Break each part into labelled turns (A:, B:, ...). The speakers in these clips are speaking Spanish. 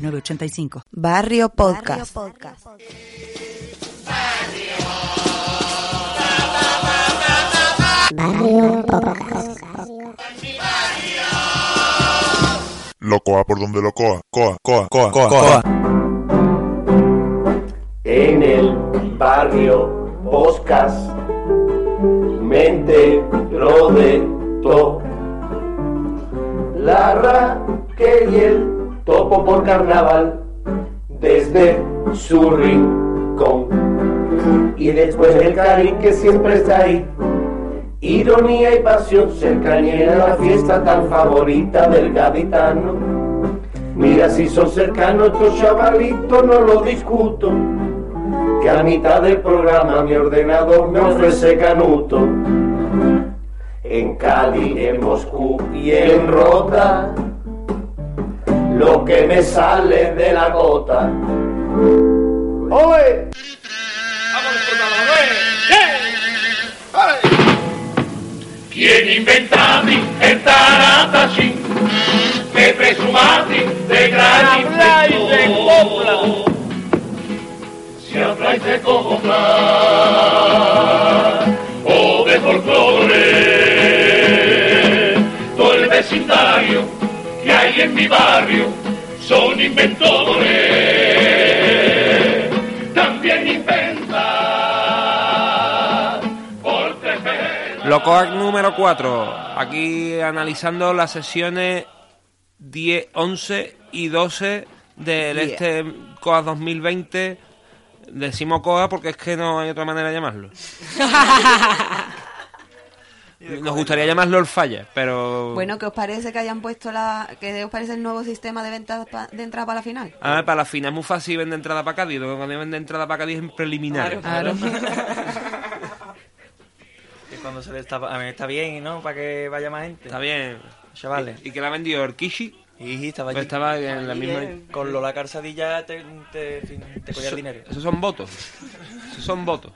A: 985.
B: Barrio
C: Barrio
B: Podcast.
C: Podcast.
D: Barrio Podcast.
E: Locoa por donde lo coa, coa, coa, coa, coa, coa.
F: en el barrio Boscas, mente to la raquel y el topo por carnaval desde su rincón y después el cariño que siempre está ahí. Ironía y pasión, cercanía a la fiesta tan favorita del gaditano. Mira si son cercanos estos chavalitos, no lo discuto. Que a mitad del programa mi ordenador me ofrece canuto. En Cali, en Moscú y en Rota, lo que me sale de la gota. ¡Oye!
G: ¿Quién inventa el taratachín? Que presumati de gran y de copla. Si habláis de copla o de folclore, todo el vecindario que hay en mi barrio son inventores. También inventa por tres
H: Locoac número 4. Aquí analizando las sesiones 10, 11 y 12 del
B: Yeah.
H: este COA 2020. Decimos COA porque es que no hay otra manera de llamarlo. Nos gustaría llamarlo el falla, pero...
B: Bueno, ¿qué os parece que hayan puesto la... ¿Qué os parece el nuevo sistema de ventas pa- de entrada para la final?
H: Ah, para la final es muy fácil vender entrada para Cádiz. Lo que vende entrada para Cádiz es en preliminares.
I: Y cuando se le está, a mí está bien, ¿no? Para que vaya más gente.
H: Está bien.
I: Chavales.
H: ¿Y, y que la ha vendido el Kishi?
I: Y, estaba
H: Pues
I: allí.
H: estaba en la misma...
I: Con Lola Calzadilla te, te, te cogía el
H: Eso-
I: dinero.
H: Esos son votos. Esos son votos.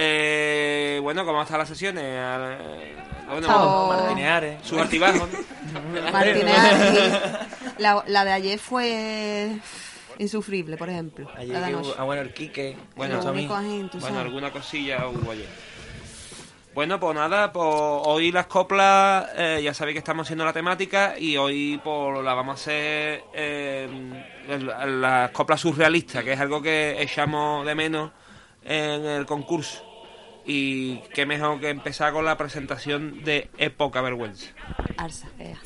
H: Eh, bueno, ¿cómo están las sesiones? Al- Bueno,
B: Chao.
I: Martineares.
H: Sus altibajos.
B: Martínez, sí. la, la de ayer fue insufrible, por ejemplo.
I: Allí
B: la de
I: que
B: anoche.
I: hubo- ah, bueno, el Quique.
H: Bueno,
B: Lo
I: Tommy.
B: único ajín, tú
H: Bueno,
B: sabes.
H: alguna cosilla hubo ayer. Bueno, pues nada, pues hoy las coplas, eh, ya sabéis que estamos haciendo la temática y hoy pues la vamos a hacer eh, el- las coplas surrealistas, que es algo que echamos de menos en el concurso. Y qué mejor que empezar con la presentación de Época Vergüenza.
B: Arsa, ea.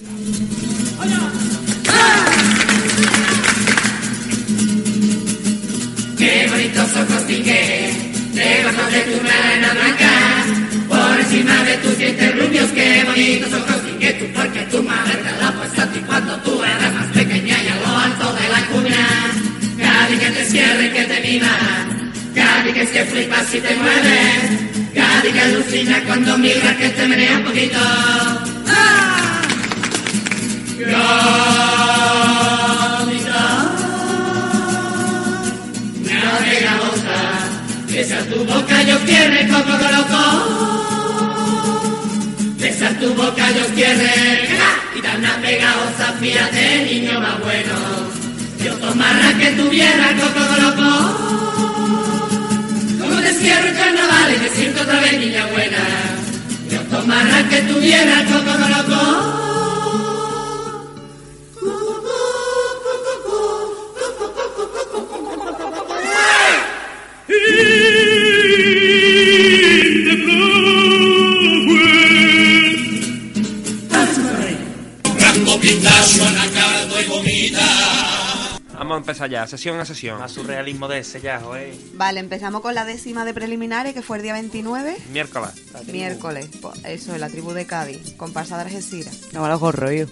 H: Vamos a empezar ya, sesión a sesión.
I: Más surrealismo de ese ya, joder.
B: Vale, empezamos con la décima de preliminares, que fue el día Pues 29,
H: Miércoles.
B: miércoles. Po- Eso, en la tribu de Cádiz, comparsa de Algeciras.
J: No me lo corro yo.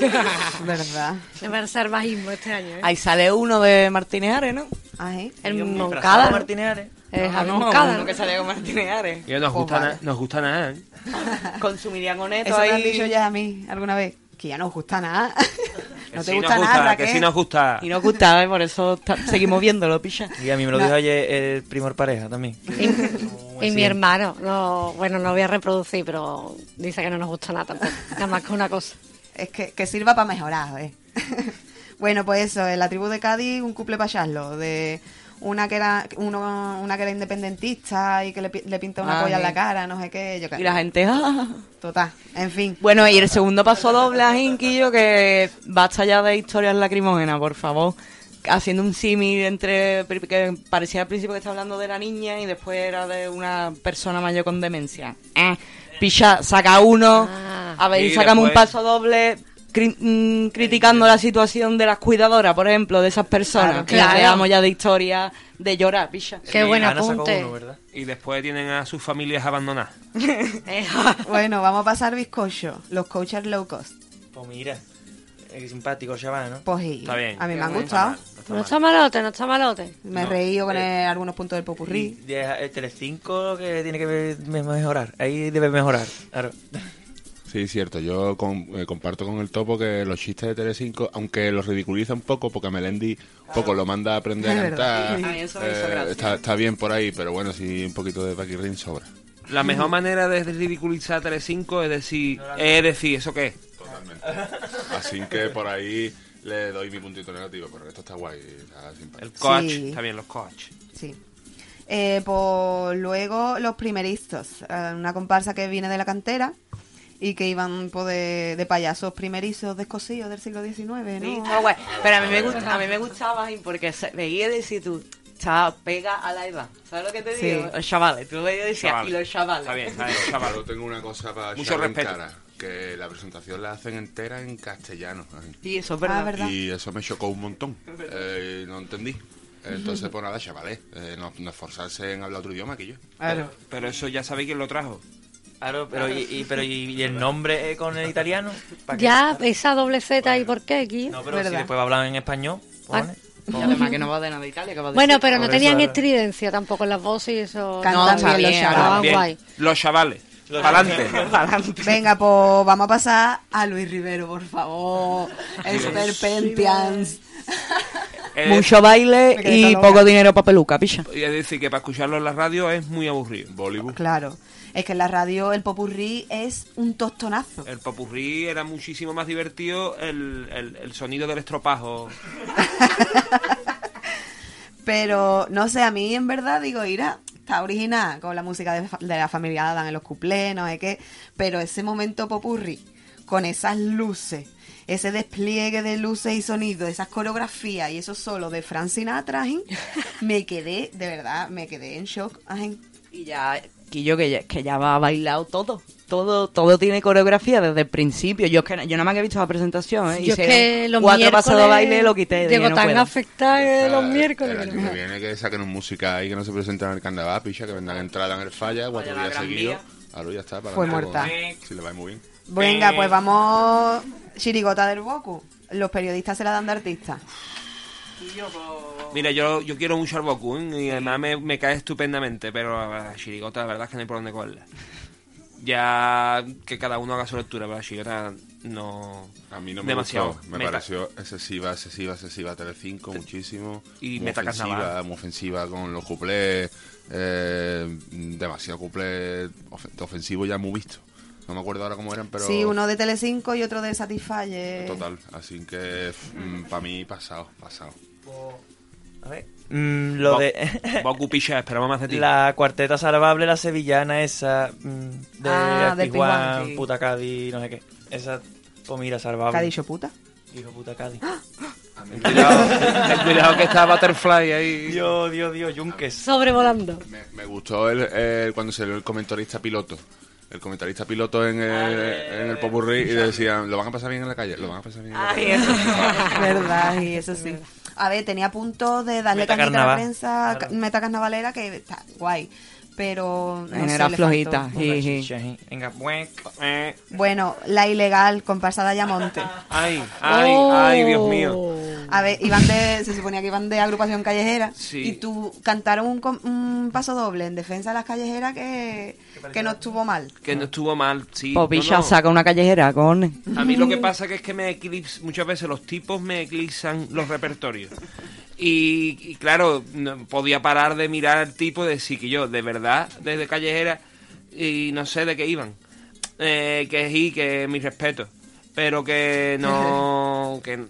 B: ¿Verdad?
K: va a ser bajismo este año, ¿eh?
J: Ahí sale uno de Martínez Ares, ¿no?
B: Ajá.
J: El
I: Dios, disfrazado
J: Moncada. ¿no?
I: Martínez Ares.
J: Eh, Javier
K: no,
J: Moncada,
K: no.
J: ¿no? Que salía con Martínez Ares.
H: Yo, nos,
B: Pues
H: gusta
B: vale.
H: na- nos gusta nada. ¿eh?
J: Con su Miriam Oneto
B: Eso me han
J: ahí.
B: dicho ya a mí alguna vez. Que ya no os gusta nada.
H: Que
B: no te
H: sí
B: gusta
H: nos
B: nada,
H: gusta,
B: Raquel.
H: que sí nos gusta.
J: Y no gustaba,
B: ¿eh?
J: y por eso ta- seguimos viéndolo, picha.
I: Y a mí me lo dijo ayer el primor pareja también.
K: Y mi hermano, no, bueno, no voy a reproducir, pero dice que no nos gusta nada tampoco. Nada más que una cosa.
B: Es que, que sirva para mejorar, ¿eh? bueno, pues eso, en la tribu de Cádiz, un cuple para Charlo, de una que era uno, una que era independentista y que le, pi- le pinta una
J: Ah,
B: polla en la
J: sí.
B: cara, no sé qué, yo qué.
J: Y la gente. ah.
B: Total, en fin.
J: Bueno, y el segundo paso doble a Hinquillo, que basta ya de historias lacrimógenas, por favor. Haciendo un símil entre. que parecía al principio que estaba hablando de la niña y después era de una persona mayor con demencia. Eh, picha, saca uno.
K: Ah.
J: A ver,
H: Y
J: sacame un
H: después-
J: paso doble. cri- mm, criticando la situación de las cuidadoras, por ejemplo, de esas personas.
K: Claro,
J: que
K: claro.
J: hablamos ya de historia de llorar, picha.
K: Qué buen
I: Ana sacó
K: apunte.
I: uno, ¿verdad?
H: Y después tienen a sus familias abandonadas.
K: Eh,
B: Bueno, vamos a pasar bizcocho, los coaches low cost.
I: Pues mira, es simpático el chaval, ¿no?
B: Pues sí,
H: Está bien.
B: a mí me
H: No
B: han
H: está
B: gustado.
H: mal, no está
K: no
H: mal.
K: está malote, no está malote.
B: Me he
H: No,
B: reído con
I: eh,
B: eh, algunos puntos del popurrí.
I: Y deja- el eh, Telecinco que tiene que ver- me- mejorar. Ahí debe mejorar. Claro.
L: Sí, cierto. Yo com- eh, comparto con el topo que los chistes de Telecinco, aunque los ridiculiza un poco, porque a Melendi un poco lo manda a aprender
B: Es
L: a
B: verdad.
L: cantar, eh,
J: Ay, eso me hizo gracia.
L: está, está bien por ahí, pero bueno, sí, un poquito de Paquirrin sobra.
H: La mejor manera de ridiculizar a Telecinco es decir, es decir, ¿eso qué es?
L: Totalmente. Así que por ahí le doy mi puntito negativo, pero esto está guay, está simpático.
H: El coach,
B: Sí.
H: está bien, los coach.
B: Sí. Eh, pues luego los primeristas, eh, una comparsa que viene de la cantera y que iban pues, de, de payasos primerizos descosidos del siglo XIX, ¿no?
J: Sí, está guay. Pero a mí me gusta, a mí me gustaba y porque se- veía decir tú, está pega a la edad. ¿Sabes lo que te
B: Sí.
J: digo? Los chavales, tú veías y decías,
H: Chavales.
J: y los chavales.
H: Está bien, está bien,
L: Yo
H: chaval.
L: tengo una cosa para
H: Mucho
L: echarle en
H: respeto.
L: cara, que la presentación la hacen entera en castellano. así.
J: Sí, eso es verdad.
B: Ah, verdad.
L: Y eso me chocó un montón. Eh, no entendí. Entonces, pues nada, chavales, eh, no, no esforzarse en hablar otro idioma que yo.
B: Claro.
H: Pero eso ya sabéis quién lo trajo.
I: Claro, pero, y, y- pero y, y el nombre eh, con el italiano? ¿Pa' qué?
K: Ya, esa doble Z, ¿y por qué aquí?
I: No, pero
B: Verdad.
I: si
B: Ah.
I: después va a hablar en español, pone.
J: Y además que no va de nada de Italia, que va de
K: Bueno, pero no
I: Por
K: tenían
I: eso-
K: estridencia tampoco en las voces y eso.
B: Cantan
J: No, está
B: bien los
J: bien,
B: chavales.
K: Ah,
H: Bien,
K: guay.
H: los chavales.
I: Los
H: Pa'lante.
B: Venga, pues vamos a pasar a Luis Rivero, por favor. Esperpentians.
H: Eh,
J: Mucho baile
B: Me quedé tan
J: y
B: loca.
J: poco dinero para peluca, picha.
H: Y es decir, que para escucharlo en la radio es muy aburrido.
L: Bollywood.
B: Claro. Es que en la radio el popurrí es un tostonazo.
H: El popurrí era muchísimo más divertido el, el- el sonido del estropajo.
B: Pero no sé, a mí en verdad digo, Ira, está original con la música de, fa- de la familia Adam en los cuplés, no sé qué. Pero ese momento popurrí, con esas luces, ese despliegue de luces y sonidos, esas coreografías y eso solo de Frank Sinatra, ajen, me quedé, de verdad, me quedé en shock. ajen.
J: Y ya, Quillo, que ya, que ya va bailado todo. Todo, todo tiene coreogrografía desde el principio. Yo, es que, yo nada más que he visto la presentación, ¿eh?
K: Yo es
J: Hice
K: que los
J: cuatro
K: miércoles
J: pasos de baile lo quité. dije,
K: Llego
J: no
K: tan
J: puedo.
K: afectada que los
L: Ah,
K: miércoles.
L: El
K: que no.
L: año que viene que saquen un música ahí que no se presenta en el carnaval, picha, que vendan entrada en el falla, cuatro
J: Vaya la
L: días
J: Gran
L: seguidos.
J: Vía.
L: Ahora ya está. Para
B: Fue
L: adelante
B: muerta.
L: con- Si le va muy bien.
B: Venga,
L: Eh,
B: pues vamos, chirigota del Boku. Los periodistas se la dan de artista.
H: Mira, yo, yo quiero mucho al Bokun y además me, me cae estupendamente, pero la chirigota, la verdad es que no hay por dónde cogerla. Ya que cada uno haga su lectura, pero la chirigota no.
L: A mí no me
H: demasiado.
L: gustó. Me
H: Meta-
L: pareció excesiva, excesiva, excesiva. Telecinco, muchísimo.
H: Y
L: muy
H: Meta
L: ofensiva,
H: Carnaval.
L: muy ofensiva con los cuplés. eh, demasiado cuplé ofen- ofensivo ya muy visto. No me acuerdo ahora cómo eran, pero...
B: Sí, uno de Telecinco y otro de Satisfyer.
L: Total, así que para mí pasado, pasado.
I: A ver. Mm, lo
H: Bo-
I: de.
H: Boku picha, esperamos más de ti.
I: la cuarteta salvable, la sevillana, esa. mm, de
B: Ah, del
I: Tijuana,
B: Tijuán, sí.
I: puta Cádiz, no sé qué. Esa. Pues mira, salvable.
B: ¿Qué ha dicho puta?
I: Dijo puta Cádiz.
B: ¡Ah!
H: Cuidado, ten cuidado que está Butterfly ahí.
I: Dios, Dios, Dios, Yunques.
K: Sobrevolando.
L: Me, me gustó el, el- cuando salió el comentarista piloto. El comentarista piloto en el, en el popurrí y decían, lo van a pasar bien en la calle, lo van a pasar bien en la calle.
B: Verdad, y eso sí. A ver, tenía puntos de darle
I: Meta
B: cañita a la
I: carnaval.
B: prensa
I: Claro.
B: ca- meta carnavalera que está guay. pero no
J: En
B: sé,
J: era
B: le
J: flojita.
B: faltó.
J: ji, ji.
I: Venga, buec.
B: Bueno, la ilegal comparsa de Ayamonte.
H: Ay, ay, ay, Dios mío.
B: A ver, iban de, se suponía que iban de agrupación callejera
H: Sí.
B: y tú cantaron un, com- un paso doble en defensa de las callejeras que, que no estuvo mal.
H: Que no estuvo mal, sí.
J: Popicha
H: no, no.
J: Pues, saca una callejera, con.
H: A mí
B: Mm.
H: lo que pasa que es que me eclipsan, muchas veces los tipos me eclipsan los repertorios. Y, y claro, no podía parar de mirar al tipo de decir que yo, de verdad, desde callejera, y no sé de qué iban. Eh, que sí, que mi respeto. Pero que no, que,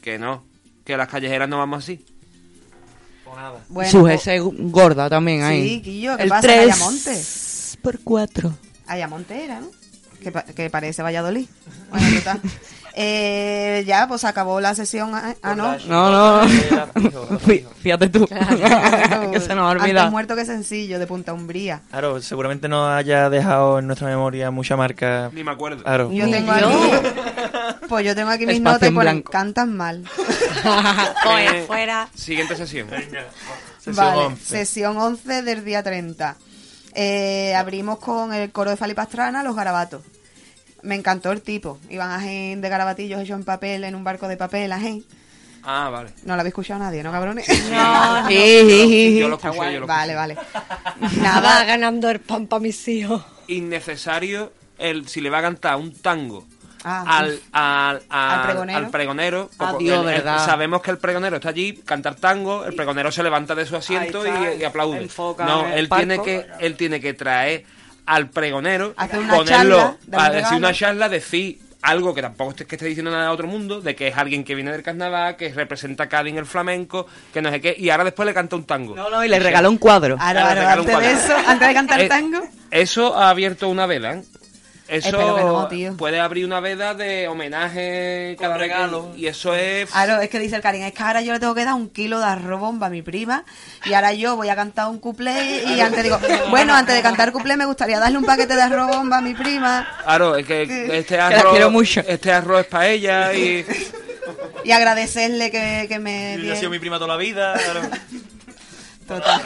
H: que no, que las callejeras no vamos así.
B: Bueno,
J: Su
B: pues-
J: jefe gorda también ahí.
B: Sí, Quillo, ¿qué
J: El
B: pasa?
J: 3
B: Ayamonte.
J: por 4.
B: Ayamonte era, ¿no? Que, pa- que parece Valladolid. Bueno, total. Eh, ya, pues acabó la sesión. Ah, ah, no.
J: No, no. Fí- Fíjate tú. que se nos ha
B: Antes
J: olvidado.
B: muerto que sencillo, de Punta Umbría.
I: Claro, seguramente no haya dejado en nuestra memoria mucha marca.
H: Ni me acuerdo.
I: Claro.
B: Yo tengo aquí, pues yo tengo aquí mis
I: Espacio
B: notas y
I: en
B: ponen,
I: blanco.
B: cantan mal.
H: Eh, Siguiente sesión.
B: vale, sesión 11 del día 30. Eh, abrimos con el coro de Fali Pastrana, Los Garabatos. Me encantó el tipo. Iban a gente de garabatillos hechos en papel, en un barco de papel, a gente.
H: Ah, vale.
B: No lo habéis escuchado nadie, ¿no, cabrones?
K: No, no.
J: Sí, sí, sí,
H: Yo lo
J: sí.
H: escuché, yo lo
B: Vale, vale.
K: Nada ganando el pan para mis hijos.
H: Innecesario el si le va a cantar un tango
B: Ah,
H: al, al, al-
B: Al pregonero.
H: al pregonero,
J: Ah,
H: poco-
J: Dios,
H: el- el-
J: verdad.
H: sabemos que el pregonero está allí, cantar tango, el pregonero se levanta de su asiento
J: Ahí está,
H: y, y aplaude.
J: enfoca
H: no,
J: en el
H: él tiene
J: palco.
H: que él tiene que traer al pregonero,
B: Hacer una charla,
H: ponerlo
B: dar un
H: a decir
B: regalo.
H: una charla, decir algo que tampoco es que esté diciendo nada a otro mundo, de que es alguien que viene del carnaval, que representa a Cádiz en el flamenco, que no sé qué, y ahora después le canta un tango.
J: No, no, y le regaló un cuadro.
B: Aro,
H: Ahora regala
B: aro,
H: un
B: antes de eso,
H: cuadro.
B: antes de cantar
H: Eh,
B: tango.
H: Eso ha abierto una veda, ¿eh? Eso
B: Espero que no, tío.
H: puede abrir una veda de homenaje cada vez que- y eso es
B: Aro, es que dice el Karim, es que ahora yo le tengo que dar un kilo de arroz bomba a mi prima y ahora yo voy a cantar un cuplé y antes digo, bueno, antes de cantar cuplé me gustaría darle un paquete de arroz bomba a mi prima
H: Claro, es que este
J: la
H: arroz,
J: quiero mucho.
H: este arroz es para ella y
B: y agradecerle que, que me...
I: Y
B: die-
I: ha sido mi prima toda la vida. claro.
B: Total.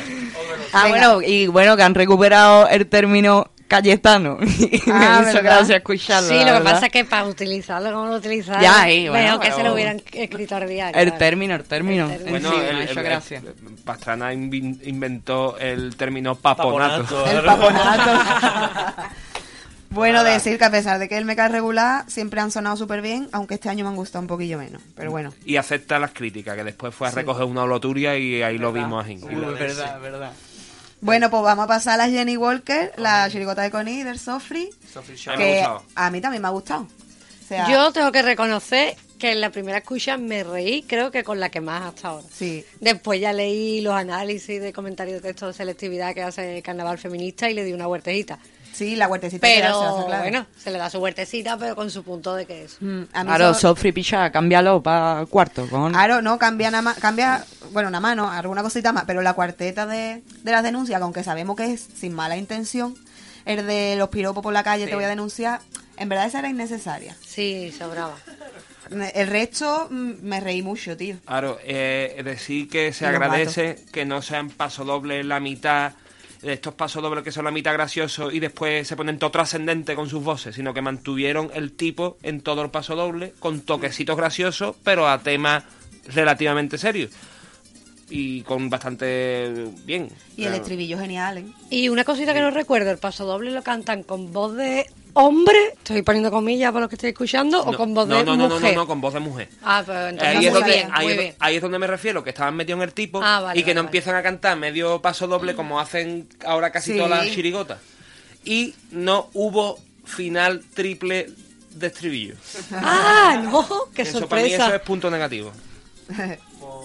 J: Ah,
B: Venga.
J: bueno, y bueno, que han recuperado el término cayetano.
B: Ah,
J: Me hizo
B: ¿verdad?
J: gracia escucharlo.
K: Sí,
J: la
K: lo que
J: verdad.
K: pasa es que para utilizarlo, como lo utilizaron,
J: Ya, ahí, bueno,
K: veo que
J: pero-
K: se lo hubieran escrito al diario.
J: El
K: ¿sabes?
J: término, el término.
K: El término.
J: Bueno,
H: bueno, el,
J: eso
H: el-
J: gracias.
H: el- Pastrana invin- inventó el término paponato.
B: El paponato. Bueno, decir que a pesar de que el meca es regular, siempre han sonado súper bien, aunque este año me han gustado un poquillo menos. Pero bueno,
H: Y acepta las críticas, que después fue a recoger una oloturia y ahí lo vimos a Jingle.
J: Uy, verdad, verdad.
B: Bueno, pues vamos a pasar a la Jenny Walker, la chirigota de Connie del Sofri,
H: A mí me ha
B: que
H: gustado.
B: a mí también me ha gustado. O sea,
K: Yo tengo que reconocer que en la primera escucha me reí, creo que con la que más hasta ahora.
B: sí.
K: Después ya leí los análisis de comentarios de texto de selectividad que hace Carnaval Feminista y le di una huertecita.
B: Sí, la huertecita que
K: Pero
B: hace, hace, claro.
K: bueno, se le da su huertecita, pero con su punto de que es.
B: Mm, a mí
J: Claro,
B: eso- Ah,
J: Sofri Pichá, cámbialo para cuarto. Con...
B: Aro, no, cambia nada más, cambia, bueno, nada más, no, alguna cosita más, pero la cuarteta de, de las denuncias, que aunque sabemos que es sin mala intención, el de los piropos por la calle te voy a denunciar, en verdad esa era innecesaria.
K: Sí, sobraba.
B: El resto mm, me reí mucho, tío.
H: Claro, eh, decir que se
B: Y los
H: agradece que no sean paso doble la mitad, de estos pasos dobles que son la mitad graciosos y después se ponen todo trascendente con sus voces, sino que mantuvieron el tipo en todo el paso doble con toquecitos graciosos, pero a temas relativamente serios y con bastante bien.
B: Y el
H: Claro.
B: estribillo genial, ¿eh?
K: Y una cosita que no recuerdo, el paso doble lo cantan con voz de hombre, estoy poniendo comillas para los que estoy escuchando, o
H: No,
K: con voz
H: no,
K: de
H: no, no,
K: mujer.
H: no, no, con voz de mujer.
K: Ah, pues entonces
H: Ahí es,
K: muy
H: donde,
K: bien,
H: ahí
K: muy
H: es-
K: bien.
H: ahí es donde me refiero, que estaban metidos en el tipo
K: Ah, vale,
H: y que
K: vale,
H: no
K: vale.
H: empiezan a cantar medio paso doble como hacen ahora casi
B: Sí.
H: todas las chirigotas. Y no hubo final triple de estribillo.
K: Ah, no, qué
H: eso para mí
K: sorpresa.
H: eso es punto negativo.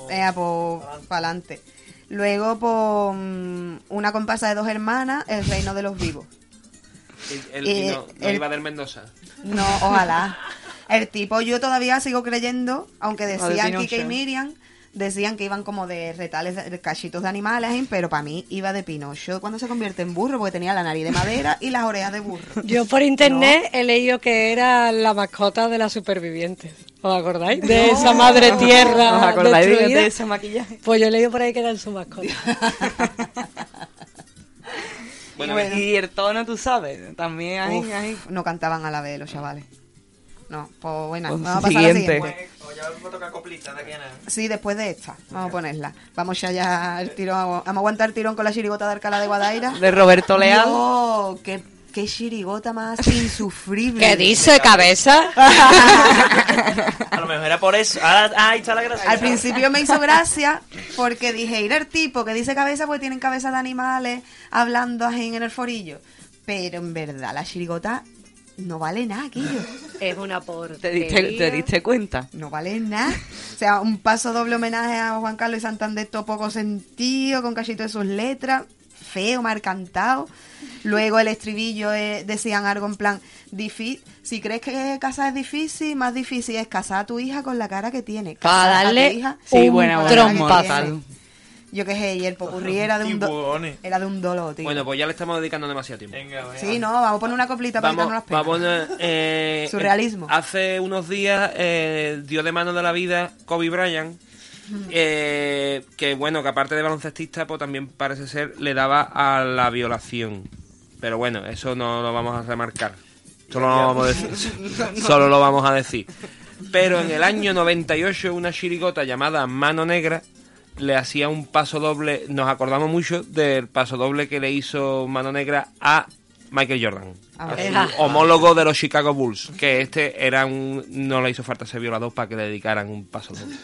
B: Venga, pues, para adelante. Luego, por una comparsa de dos hermanas, El Reino de los Vivos.
H: El, el-
B: Eh,
H: y no, no
B: el-
H: iba del Mendoza.
B: No, ojalá. El tipo, yo todavía sigo creyendo, aunque
J: de
B: decían
J: Pinocho.
B: Kike y Miriam, decían que iban como de retales, de cachitos de animales, ¿eh? pero para mí iba de Pinocho cuando se convierte en burro, porque tenía la nariz de madera y las orejas de burro.
K: Yo por internet he leído que era la mascota de la superviviente. ¿Os acordáis? De esa madre tierra.
J: ¿Os acordáis de-
K: destruida.
J: de ese maquillaje?
K: Pues yo he leído por ahí que eran su mascota.
H: Bueno,
B: Bueno.
J: Y el tono, tú sabes, también ahí,
B: Uf,
J: ahí.
B: No cantaban a la vez los chavales. No, pues bueno,
J: Pues,
B: vamos a pasar a la
J: siguiente.
B: siguiente. Sí, después de esta, vamos a ponerla. Vamos ya ya el tirón, vamos a aguantar el tirón con la chirigota de Alcalá de Guadaira.
J: De Roberto Leal.
B: No, qué, qué chirigota más insufrible.
K: ¿Qué dice, cabeza?
I: A lo mejor era por eso. Ah, ah, ahí está la gracia.
B: Al principio me hizo gracia porque dije, ir el tipo que dice cabeza pues tienen cabeza de animales hablando así en el forillo. Pero en verdad la chirigota no vale nada, Guillo.
K: Es una portería.
J: ¿Te diste, te diste cuenta?
B: No vale nada. O sea, un paso doble homenaje a Juan Carlos y Santander, todo poco sentido, con cachito de sus letras, feo, mal cantado. Luego el estribillo eh, decían algo en plan, "Difí- si crees que casar es difícil, más difícil es casar a tu hija con la cara que tiene. Casar
K: Para
B: a tu
K: darle
B: hija
J: Sí,
K: un
J: buena, buena,
K: trompazo.
J: mortal.
B: yo qué sé, y el popurrí era de un, do-
I: Tiburones.
B: era de un dolor, tío.
H: Bueno, pues ya le estamos dedicando demasiado tiempo.
I: Venga, venga.
B: sí, no, vamos a poner una coplita para quitarnos
H: Vamos,
B: las penas.
H: vamos eh, eh,
B: Surrealismo.
H: hace unos días eh, dio de mano de la vida Kobe Bryant, eh, que bueno, que aparte de baloncestista, pues también parece ser le daba a la violación. Pero bueno, eso no lo vamos a remarcar. Solo lo vamos a decir. Solo lo vamos a decir. Pero en el año 98 una chirigota llamada Mano Negra le hacía un paso doble, nos acordamos mucho del paso doble que le hizo Mano Negra a Michael Jordan.
B: Ah,
H: a su
B: verdad.
H: homólogo de los Chicago Bulls, que este era un, no le hizo falta ser violador para que le dedicaran un paso doble.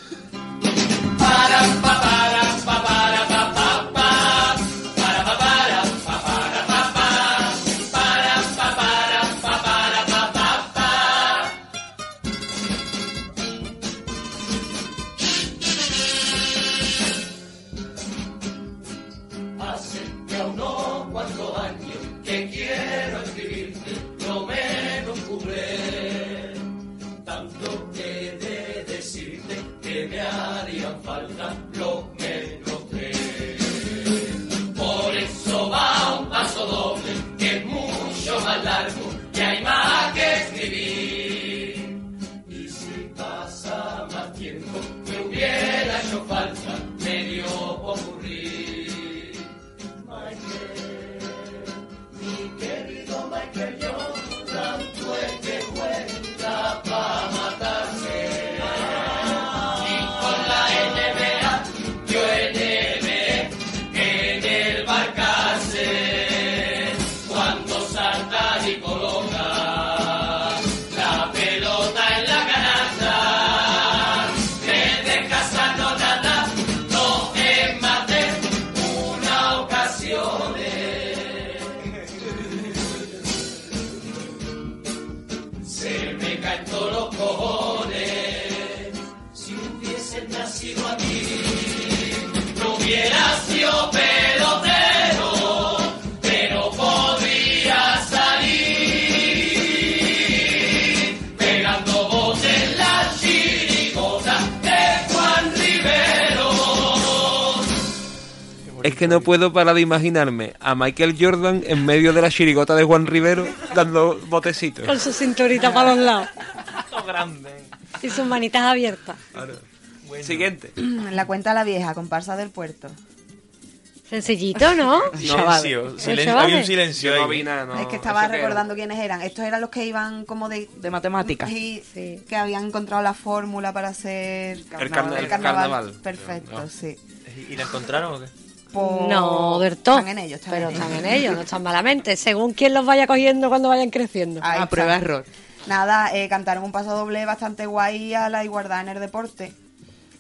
H: Es que no puedo parar de imaginarme a Michael Jordan en medio de la chirigota de Juan Rivero dando botecitos.
K: Con su cinturita para los lados
I: Esto grande.
K: y sus manitas abiertas.
H: Siguiente.
B: La cuenta la vieja, comparsa del puerto.
K: Sencillito, ¿no?
I: Silencio.
K: Los
I: silencio.
K: chavales.
I: Había un silencio
H: Yo no
I: ahí.
H: vi nada, no.
B: es que estaba
H: Eso que-
B: recordando quiénes eran. Estos eran los que iban como de
J: De matemáticas.
B: Sí,
K: Sí.
B: que habían encontrado la fórmula para hacer
H: El carna- el carnaval. Ah.
B: Perfecto, sí.
I: ¿Y la encontraron o qué?
B: Por-
K: No, Berto.
B: Pues, Están en ellos, están
K: pero
B: en ellos.
K: están en ellos, no están malamente. Según quién los vaya cogiendo cuando vayan creciendo.
B: Ahí
J: A
B: está.
J: Ah, prueba error.
B: Nada, eh, cantaron un paso doble bastante guay a la igualdad en el deporte.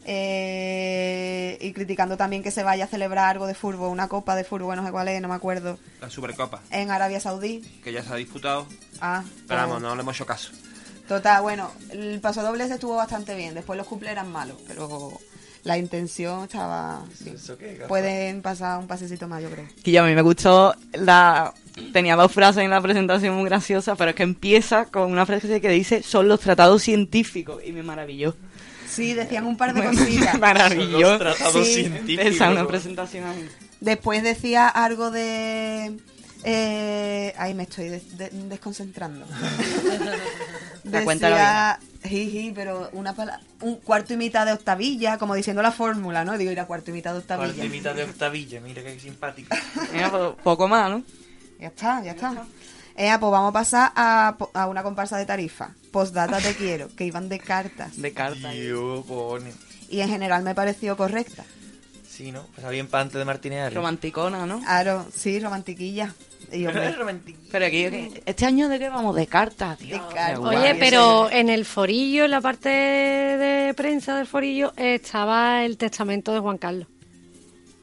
B: Eh, y criticando también que se vaya a celebrar algo de fútbol, una copa de fútbol, no sé cuál es, no me acuerdo,
H: La Supercopa,
B: en Arabia Saudí.
H: que ya se ha disputado.
B: Ah,
H: Pero vamos,
B: pues,
H: no le hemos hecho caso.
B: Total, bueno, el paso doble ese estuvo bastante bien. Después los cumple eran malos, pero la intención estaba. bien.
I: ¿Eso qué, gafa?
B: Pueden pasar un pasecito más, yo creo.
J: Que ya a mí me gustó la... Tenía dos frases en la presentación muy graciosas, pero es que empieza con una frase que dice son los tratados científicos y me maravilló.
B: Sí, decían un par de cositas.
I: Son los
J: maravilló.
I: tratados
B: Sí.
I: científicos.
J: Esa una presentación ahí.
B: Después decía algo de. Eh, ahí me estoy des- de- desconcentrando.
J: La cuenta la
B: jiji, pero una pala- un cuarto y mitad de octavilla, como diciendo la fórmula, ¿no? Digo, ir a cuarto y mitad de octavilla.
I: Cuarta mitad de octavilla, mira qué simpático.
J: Mira, po- poco más, ¿no?
B: Ya está, ya está. Ea, pues vamos a pasar a, po- a una comparsa de tarifa. Postdata te quiero, que iban de cartas.
I: De carta. Dios, cojones.
B: Y en general me pareció correcta.
I: Sí, ¿no? Pues bien para antes de Martínez.
J: Romanticona, ¿no?
B: Claro, sí, romantiquilla. Y yo, hombre,
J: Pero aquí, aquí- este año de qué vamos, de cartas, tío.
K: Oye, pero en el forillo, en la parte de prensa del forillo, estaba el testamento de Juan Carlos.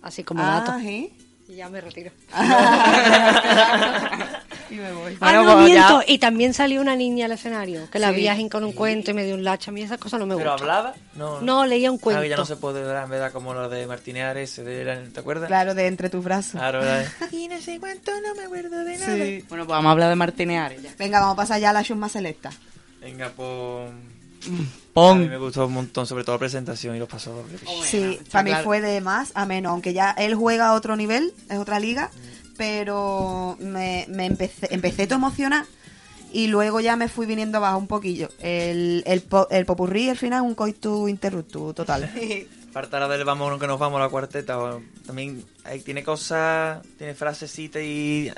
K: Así como
B: Ah,
K: dato.
B: ¿sí?
K: Y ya me retiro.
B: y me voy.
K: Ah,
J: Bueno,
K: no,
J: pues ya-
K: miento. Y también salió una niña al escenario, que la
J: Sí.
K: vi ajín con un cuento y me dio un lacho. A mí esas cosas no me
I: ¿Pero
K: gustan.
I: hablaba? No,
K: No, leía un
I: Ah, que ya
K: cuento.
I: no se puede ver, en verdad, como lo de Martínez Ares, de la- ¿te acuerdas?
B: Claro, de entre tus brazos.
I: Claro, ¿verdad?
J: Y no sé cuánto, no me acuerdo de
B: nada. Sí.
J: Bueno, pues vamos a hablar de Martínez Ares ya.
B: Venga, vamos a pasar ya a la chusma selecta.
I: Venga, pon... A mí
J: Pon.
I: me gustó un montón, sobre todo la presentación y los pasos.
B: Oh,
J: Oh,
B: Sí,
J: está
B: para mí
J: claro.
B: fue de más a menos, aunque ya él juega a otro nivel, es otra liga, pero me, me empecé, empecé todo emocionar y luego ya me fui viniendo abajo un poquillo. El, el, po- el popurrí al final es un coitus interruptus total.
I: Aparte ahora del vámonos que nos vamos a la cuarteta. o- También ahí tiene cosas, tiene frasecitas y...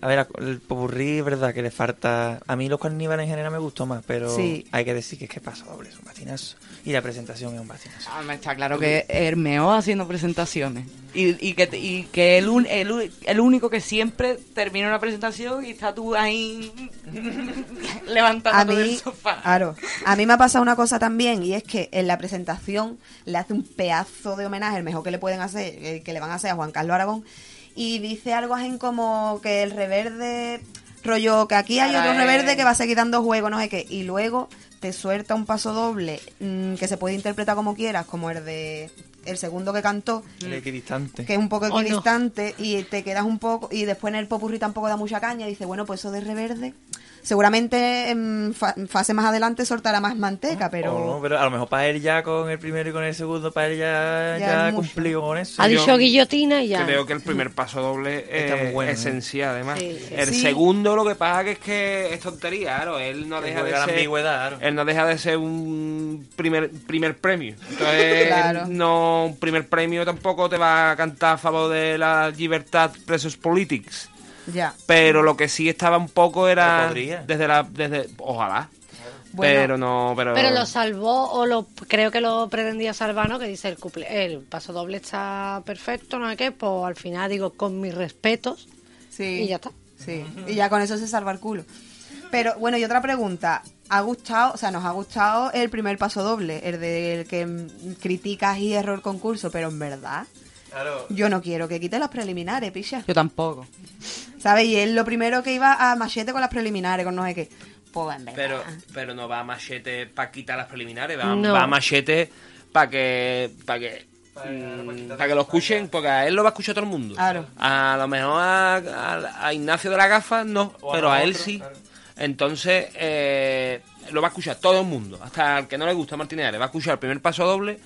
I: A ver, el popurrí es verdad que le falta... A mí los carníbales en general me gustó más, pero
B: Sí.
I: hay que decir que es que paso doble es un bastinazo. Y la presentación es un bastinazo.
J: Ah, me está claro que Hermeo haciendo presentaciones. Y, y que, te- y que el, un- el, u- el único que siempre termina una presentación y está tú ahí
B: a
J: levantándote del
B: mí,
J: sofá.
B: claro, a mí me ha pasado una cosa también y es que en la presentación le hace un pedazo de homenaje, el mejor que le pueden hacer, el que le van a hacer a Juan Carlos Aragón y dice algo así como que el reverde rollo que aquí hay
J: Ahora
B: otro
J: es-
B: reverde que va a seguir dando juego, no sé qué, y luego te suelta un paso doble mm, que se puede interpretar como quieras, como el de el segundo que cantó,
I: El equidistante.
B: que es un poco
K: Oh, no.
B: equidistante y te quedas un poco y después en el popurrí tampoco da mucha caña y dice bueno pues eso de reverde seguramente en fa- fase más adelante soltará más manteca pero
I: O no, pero a lo mejor para él ya con el primero y con el segundo, para él ya,
B: Ya
I: ya,
B: es mucho.
I: cumplió con eso.
K: Ha
H: Yo
K: dicho guillotina y ya.
H: Creo que el primer paso doble
I: Está muy
H: es
I: bueno, ¿eh?
H: esencial, además.
K: Sí, sí.
H: El
B: Sí.
H: segundo lo que pasa que es que es tontería, claro. Él no
I: Que
H: deja
I: juega la
H: de ser...
I: ambigüedad, claro.
H: Él no deja de ser un primer, primer premio. Entonces,
B: Claro.
H: no, un primer premio tampoco te va a cantar a favor de la libertad presos politics.
B: ya
H: Pero lo que sí estaba un poco
I: Pero
H: era...
I: podría.
H: Desde la... Desde, ojalá.
B: Bueno.
H: pero no... Pero,
K: Pero lo salvó o lo creo que lo pretendía salvar, ¿no? Que dice el cuple, el paso doble está perfecto, no sé qué, pues al final digo con mis respetos
B: sí
K: y ya está.
B: sí y ya con eso se salva el culo pero bueno y otra pregunta ha gustado o sea nos ha gustado el primer paso doble el del que mm, criticas y error concurso pero en verdad
I: Claro.
B: yo no quiero que quite las preliminares picha
J: Yo tampoco.
B: sabes y él lo primero que iba a machete con las preliminares con no sé qué pues en verdad
H: Pero, pero no va a machete para quitar las preliminares, va,
K: No.
H: va a machete para que, para que, para que lo escuchen, porque a él lo va a escuchar todo el mundo.
B: Claro.
H: A lo mejor a, a- a Ignacio de la Gafa no,
I: O a
H: pero a él
I: nosotros,
H: sí.
I: claro.
H: Entonces, eh, lo va a escuchar todo el mundo, hasta al que no le gusta Martínez, le va a escuchar el primer paso doble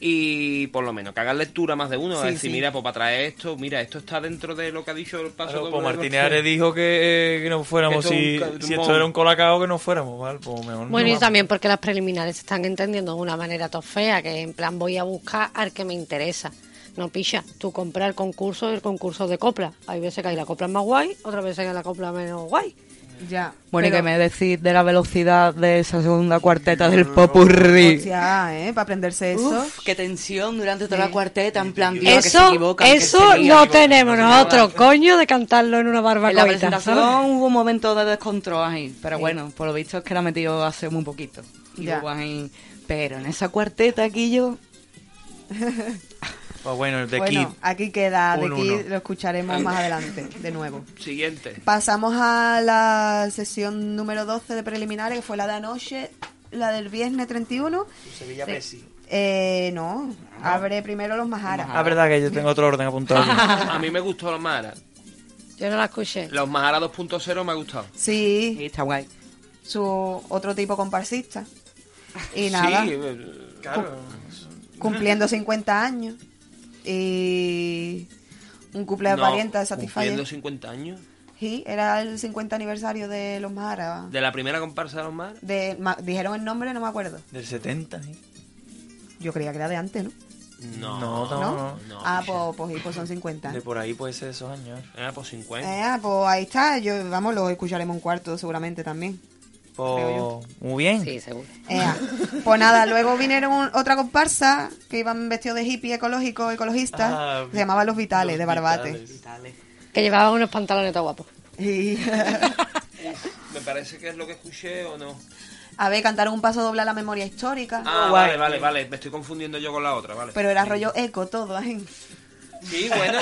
H: y por lo menos que hagan lectura más de uno, va a
B: Sí,
H: decir,
B: sí.
H: mira, pues para traer esto, mira, esto está dentro de lo que ha dicho el paso
I: Claro,
H: doble.
I: pues
H: de
I: Martínez
H: Rocío".
I: Ares dijo que, que no fuéramos,
H: Que
I: si,
H: esto es un ca-
I: si
H: un
I: esto
H: mon-
I: era un colacao, que no fuéramos, ¿vale? Pues mejor no
K: Bueno, y
I: vamos.
K: también porque las preliminares se están entendiendo de una manera tan fea, que en plan voy a buscar al que me interesa. No picha, tú compras el concurso, el concurso de copla. Hay veces que hay la copla más guay, otras veces que hay la copla menos guay.
B: ya
J: Bueno,
B: pero-
J: y que me decís de la velocidad de esa segunda cuarteta del popurrí.
B: Hostia, ¿eh? Para aprenderse eso.
J: Uf, qué tensión durante toda la cuarteta, en plan, tío, que se
K: Eso,
J: equivocan, que
K: eso
J: se lían.
K: no tenemos nosotros, coño, de cantarlo en una
J: En la
K: barbacoita.
J: presentación
K: ¿sabes?
J: hubo un momento de descontrol ahí, pero bueno, por lo visto es que la metió hace muy poquito. Y
B: Ya.
J: hubo ahí- Pero en esa cuarteta aquí yo...
I: Pues bueno, el de
B: bueno,
I: Kid.
B: aquí queda, de
I: Un
B: aquí
I: uno.
B: lo escucharemos más adelante, de nuevo.
H: Siguiente.
B: Pasamos a la sesión número 12 de preliminares, que fue la de anoche, la del viernes 31.
I: Sevilla Messi.
B: Eh, no, abre primero los Majaras.
I: Ah, verdad que yo tengo otro orden apuntado. aquí.
H: A mí me gustó los Mahara.
K: Yo no la escuché.
H: Los Mahara 2.0 me ha gustado.
J: Sí,
B: Sí,
J: está guay.
B: su otro tipo comparsista. Y nada,
H: Sí, eh,
I: Claro.
B: cumpliendo 50 años. Y un cumple de
H: no,
B: parienta de Satisfyer.
H: Cumpliendo 50 años.
B: Sí, era el 50 aniversario de los Majaras.
H: De la primera comparsa de los Mahara.
B: De, ma- dijeron el nombre, no me acuerdo.
I: Del 70, ¿eh?
B: Yo creía que era de antes, ¿no?
H: No.
I: No, no, no.
B: ah, pues, pues, y, pues son 50.
I: De por ahí puede ser esos años.
H: Era por 50.
B: Eh, ah, pues ahí está. Yo, vamos, lo escucharemos un cuarto seguramente también.
I: Pues, muy bien.
K: Sí, seguro.
B: Ea. Pues nada, luego vinieron un- otra comparsa que iban vestidos de hippie ecológico, ecologista.
I: Ah,
B: se llamaba Los Vitales, de Barbate.
K: Que llevaba unos pantalones todo guapos.
B: Y-
H: Me parece que es lo que escuché o no.
B: a ver, cantaron un paso doble a la memoria histórica.
H: Ah,
I: Guay.
H: vale, vale, vale. Me estoy confundiendo yo con la otra, vale.
B: Pero era rollo eco todo. ¿eh?
H: Sí, bueno.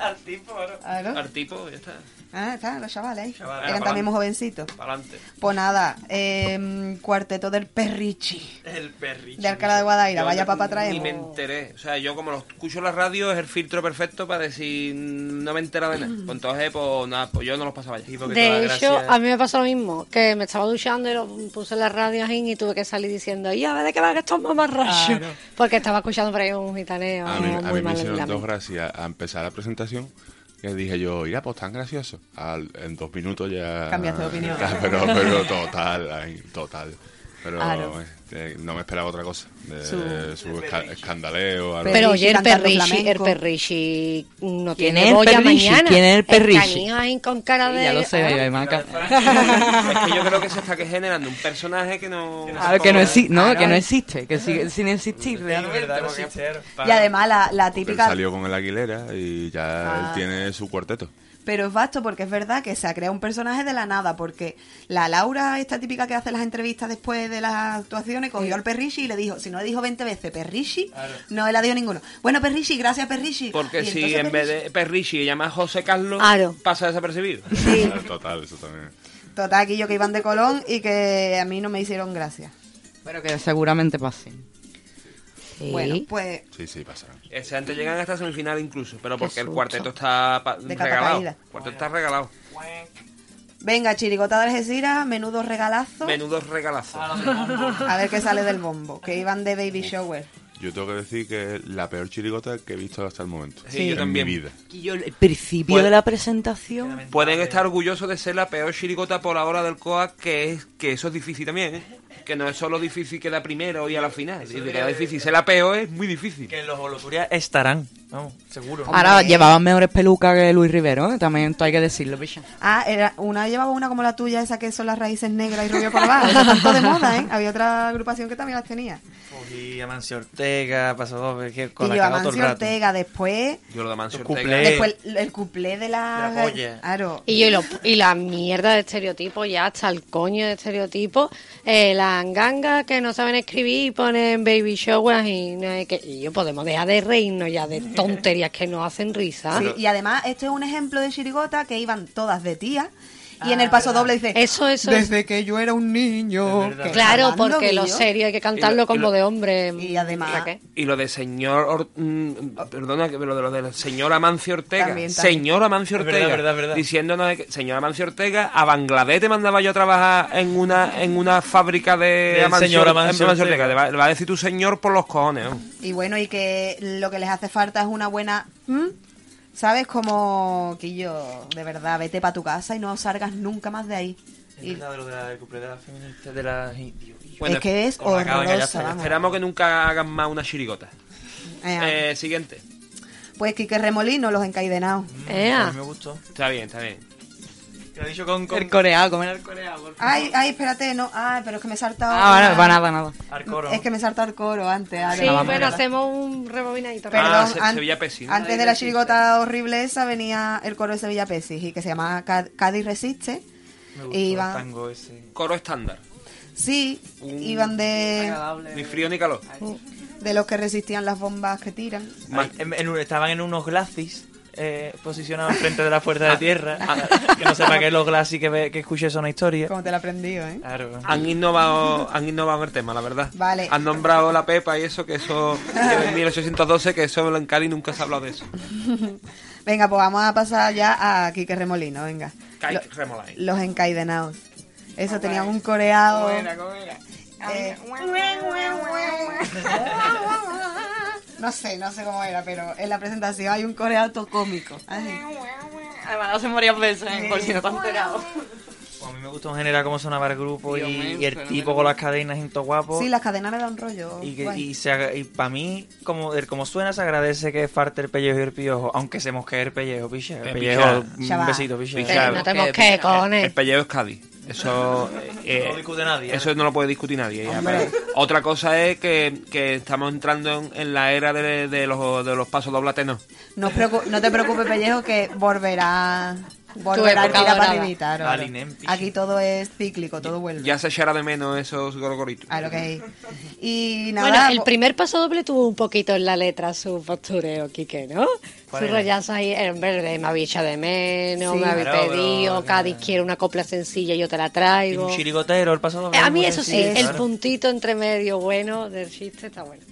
I: Al tipo, ahora.
B: Claro.
H: Al tipo, ya está.
B: Ah, está, los chavales. ¿eh?
I: Chavales.
H: Ah,
B: Eran también muy jovencitos.
H: Para adelante.
B: Pues nada, em, cuarteto del Perrichi.
I: El perrito.
B: De Alcalá de Guadaira,
H: Yo
B: vaya
H: no-
B: papá
H: Ni me
B: traemos.
H: enteré. O sea, yo como lo escucho en la radio, es el filtro perfecto para decir no me entera de nada. Pues entonces, pues nada, pues yo no los pasaba allá.
K: De hecho, a mí me pasó lo mismo, que me estaba duchando y lo puse la radio ahí y tuve que salir diciendo, ya, ver de qué va que estos mamarrachos. Porque estaba escuchando por ahí un gitaneo
L: A mí, a
K: muy
L: mí me
K: mal
L: hicieron
K: en
L: dos gracias a empezar la presentación. Que dije yo, ya, pues tan gracioso. Al- en dos minutos ya.
B: Cambiaste de opinión.
L: Ah, Pero, pero total, ay, total. Pero
B: Claro.
L: eh, no me esperaba otra cosa. De,
B: Su-
L: su, esca- escandaleo. algo.
K: Pero oye, el
B: cantando
K: Perrichi, el
B: flamenco.
K: Perrichi no
J: ¿Quién
K: tiene
J: es
K: boya
J: Perrichi?
K: mañana.
J: ¿Quién es el Perrichi?
K: canijo ahí con cara de...
J: Ya lo sé,
K: Ah,
J: Maca.
H: es que yo creo que se está que generando un personaje que no.
J: Claro, que no, exi- no,
H: Ah,
J: que no
H: Claro.
J: existe, que sigue sin existir realmente.
I: verdad,
J: porque-
B: Y además la, la
L: Porque él
B: típica...
L: salió con el Aguilera y ya
B: Ah.
L: él tiene su cuarteto.
B: Pero es vasto porque es verdad que se ha creado un personaje de la nada, porque la Laura, esta típica que hace las entrevistas después de las actuaciones, cogió al Perrichi y le dijo, si no le dijo 20 veces Perrichi, no le ha dicho ninguno. Bueno, Perrichi, gracias Perrichi.
H: Porque
B: Y
H: si
B: entonces
H: en vez de Perrichi llamas José Carlos,
K: Aro.
H: pasa desapercibido.
L: Total, eso también.
B: Perrichi- Total, aquí yo que iban de Colón y que a mí no me hicieron gracia.
J: Pero que seguramente pase.
K: sí.
B: Bueno, pues
L: Sí, sí, pasará.
H: O sea, antes llegan hasta semifinal incluso, pero porque el
K: susto.
H: cuarteto está pa-
B: De capa
H: regalado.
B: caída.
H: El cuarteto está regalado.
B: venga, Chirigota de Algeciras, menudo regalazo.
H: Menudos regalazos.
B: A ver qué sale del bombo, que iban de baby shower.
L: Yo tengo que decir que es la peor chirigota que he visto hasta el momento.
H: Sí, yo
L: en
H: también.
L: mi vida.
J: el principio
H: Pues-
J: de la presentación.
H: Pueden estar orgullosos de ser la peor chirigota por ahora del COA, que es que eso es difícil también, ¿eh? Que no es solo difícil quedar primero y a la final. Si te queda difícil ser la peor es muy difícil.
I: Que los Holoturia estarán. Vamos, seguro.
J: Ahora llevaban mejores pelucas que Luis Rivero, ¿eh? también esto hay que decirlo, picha.
B: Ah, era, una llevaba una como la tuya, esa que son las raíces negras y rubio por abajo. Eso tanto de moda, ¿eh? Había otra agrupación que también las tenía.
I: Y Amancio Ortega, pasó dos, que con
B: y
I: la
B: yo,
I: cagó todo el
B: Amancio
I: rato.
B: Ortega, después...
H: Yo lo de Mancio
I: Los
H: Ortega-
I: cuplés. Eh.
B: Después el, el cuplé de la...
I: La polla.
B: Claro.
K: Y, yo, y, lo- y la mierda de estereotipo, ya hasta el coño de estereotipo. Eh, las gangas que no saben escribir y ponen baby showers y no hay que. Y yo podemos dejar de reírnos ya de tonterías que nos hacen risa.
B: Sí, y además, esto es un ejemplo de chirigota que iban todas de tía. Y
H: Ah,
B: en el paso doble dice...
K: Eso, eso es.
B: Desde que yo era un niño.
I: Es verdad.
B: Que
K: Claro,
B: hablando,
K: porque lo
B: Guillo.
K: serio hay que
H: Y lo- y
K: cantarlo como
H: lo-
K: de hombre.
B: y además-
K: Raquel.
H: Y lo de señor. Or- mm, perdona, que- pero de lo del señor Amancio Ortega.
B: También, también.
H: Señor Amancio
I: Es
H: Ortega.
I: verdad, verdad, verdad.
H: Diciéndonos que. Señor Amancio Ortega, a Bangladesh te mandaba yo a trabajar en una, en una fábrica de.
I: Del señor
H: Or-
I: Amancio
H: Amancio Ortega.
I: Ortega.
H: Le, va, le va a decir tu señor por los cojones. ¿no?
B: Y bueno, y que lo que les hace falta es una buena... ¿Mm? ¿Sabes? Como... Que yo, de verdad, vete para tu casa y no salgas nunca más de ahí.
I: Es verdad, de lo de la- del cumple de las feministas, de las- Dios mío.
H: Bueno,
B: es que es
I: con la cabaña ya
B: horrorosa,
I: está, ya
B: vamos.
H: Esperamos que nunca hagan más una chirigota.
B: Eh,
H: Eh, siguiente.
B: pues Quique Remolino, los encadenados.
I: Mm, A
H: Mm.
K: Ea.
I: mí me gustó.
H: Está bien, está bien.
I: Lo he dicho con, con
J: El coreado, comer el coreado. por favor.
B: Ay, ah, ay, espérate, no. Ay, pero es que me he saltado.
J: Ah,
B: una-
J: bueno, va nada, nada.
I: Arcoro.
B: Es que me he saltado el coro antes. Ale.
K: Sí, pero hacemos un rebobinadito.
B: Perdón,
H: Ah, se-
B: an-
H: Sevilla Pesis, ¿no?
B: antes de la chirigota horrible esa venía el coro de Sevilla Pesis y que se llamaba Cá- Cádiz Resiste.
I: Me gustó
B: Y
I: el
B: iban,
I: tango ese.
H: Coro estándar.
B: sí,
H: Uh.
B: iban de,
H: Ni frío ni calor.
B: de los que resistían las bombas que tiran.
H: Más-
I: Ay, en- en- estaban en unos glacis eh, posicionados frente de la fuerza
H: Ah,
I: de tierra. que no sepa qué es los glacis que, ve- que escuché son una historia.
B: Como te la aprendió, ¿eh?
I: Claro.
H: Han innovado, han innovado en el tema, la verdad.
B: Vale.
H: Han nombrado la Pepa y eso, que eso. que en 1812, que eso en Cali nunca se ha hablado de eso.
B: Venga, pues vamos a pasar ya a Quique Remolino, venga.
H: Kike
B: Lo-
H: Remolino.
B: Los encadenados. Eso tenían un coreado. Eh, No sé, no sé cómo era, pero en la presentación hay un coreado cómico. Así.
J: ¿eh? Además, lo hacen varias veces, por si no te has enterado.
I: Pues mí me gustó en general cómo sonaba el grupo y,
B: Dios mío,
I: y el
B: fenomenal.
I: tipo con las cadenas en todo guapo.
B: Sí, las cadenas me dan un rollo.
I: Y, que-
B: guay.
I: y, se aga- y para mí, como, el- como suena, se agradece que falte el pellejo y el piojo, aunque se mosquee el pellejo, picha. El
H: Eh,
I: pellejo,
H: picha.
I: un
H: Chava.
I: besito, picha.
H: Picha, Pero no te mosquees,
I: Eh,
K: cojones.
H: El pellejo es Cádiz. Eso, eh,
I: No lo discute nadie,
H: Eso no lo puede discutir nadie. ya,
I: Hombre.
H: pero Otra cosa es que, que estamos entrando en, en la era de, de los, de los pasos doblatenos.
B: No, os preocu- no te preocupes, Pellejo, que volverá, volverá a
H: época
B: tirar para
H: dorada.
B: arribita. ahora.
H: Vale, Inem,
B: Aquí todo es cíclico, todo vuelve.
H: Ya se echará de menos esos gorgoritos.
B: Claro que hay. Y nada, pues-
K: Bueno, el
B: vo-
K: primer paso doble tuvo un poquito en la letra su postureo, Quique, ¿no?
B: ¿Cuál
K: Su
B: era?
K: rollazo ahí, en verde, me habéis echado de menos,
I: Sí.
K: me habéis
I: Claro, pero-
K: pedido, Cádiz quiere una copla sencilla, yo te la
I: y
K: traigo.
I: Un chirigotero, el pasado.
K: Eh, A mí eso sí, el
I: claro.
K: puntito entre medio bueno del chiste está bueno.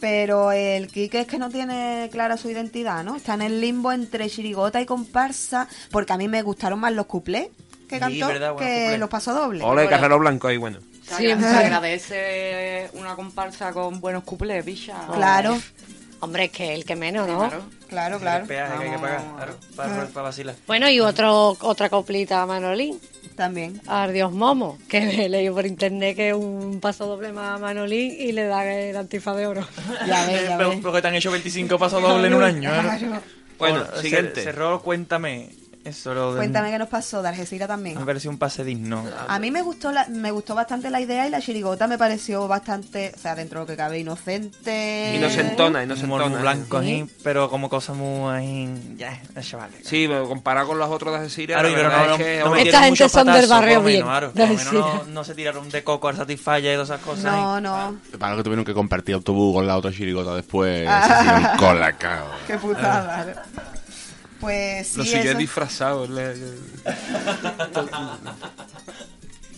B: pero el Quique es que no tiene clara su identidad, ¿no? Está en el limbo entre chirigota y comparsa, porque a mí me gustaron más los cuplés que
H: Sí,
B: cantó
H: verdad, buenos
B: que
H: cuplés.
B: los pasodobles.
H: Ole, Carrero Blanco ahí, bueno.
J: Se agra- se agradece una comparsa con buenos cuplés, picha.
B: Claro.
K: Hombre, es que el que menos, ¿no?
B: Claro,
I: El peaje que hay que pagar, claro, para, para vacilar.
K: Bueno, y otro, otra coplita a Manolín. Ah,
B: También.
K: Dios Momo, que me leí por internet que un paso doble más a Manolín y le da el antifaz de oro.
I: Pero- Porque te han hecho 25 pasos dobles en un año. ¿eh?
B: Claro.
H: Bueno,
I: Ahora, cer-
H: siguiente.
I: Cerró, cuéntame. Eso lo de-
B: Cuéntame qué nos pasó, de Algeciras también.
I: Me pareció un pase digno.
B: A mí me gustó la- me gustó bastante la idea y la chirigota me pareció bastante, o sea, dentro de lo que cabe, inocente.
H: Inocentona,
I: Un
H: inocentona.
I: morbo blanco, ahí, pero como cosa muy ahí. Ya, chavales.
H: Sí, pero comparado con las otras de Siria,
I: Claro,
H: la
I: pero
H: verdad
I: no,
H: es que...
I: no- no
H: hombre,
I: metieron
K: gente
I: mucho
K: son del
I: patazo,
K: barrio
I: por lo menos,
K: bien,
I: claro, por lo
K: de
I: menos
K: Alcira.
I: no, no se tiraron de coco al Satisfyer y todas esas cosas.
B: No, no.
L: Para que tuvieron que compartir autobús con la otra chirigota después. se hicieron cola, cabrón.
B: Ah. Qué putada. Pues sí,
H: Ah. Lo sigue
B: eso.
H: disfrazado. le-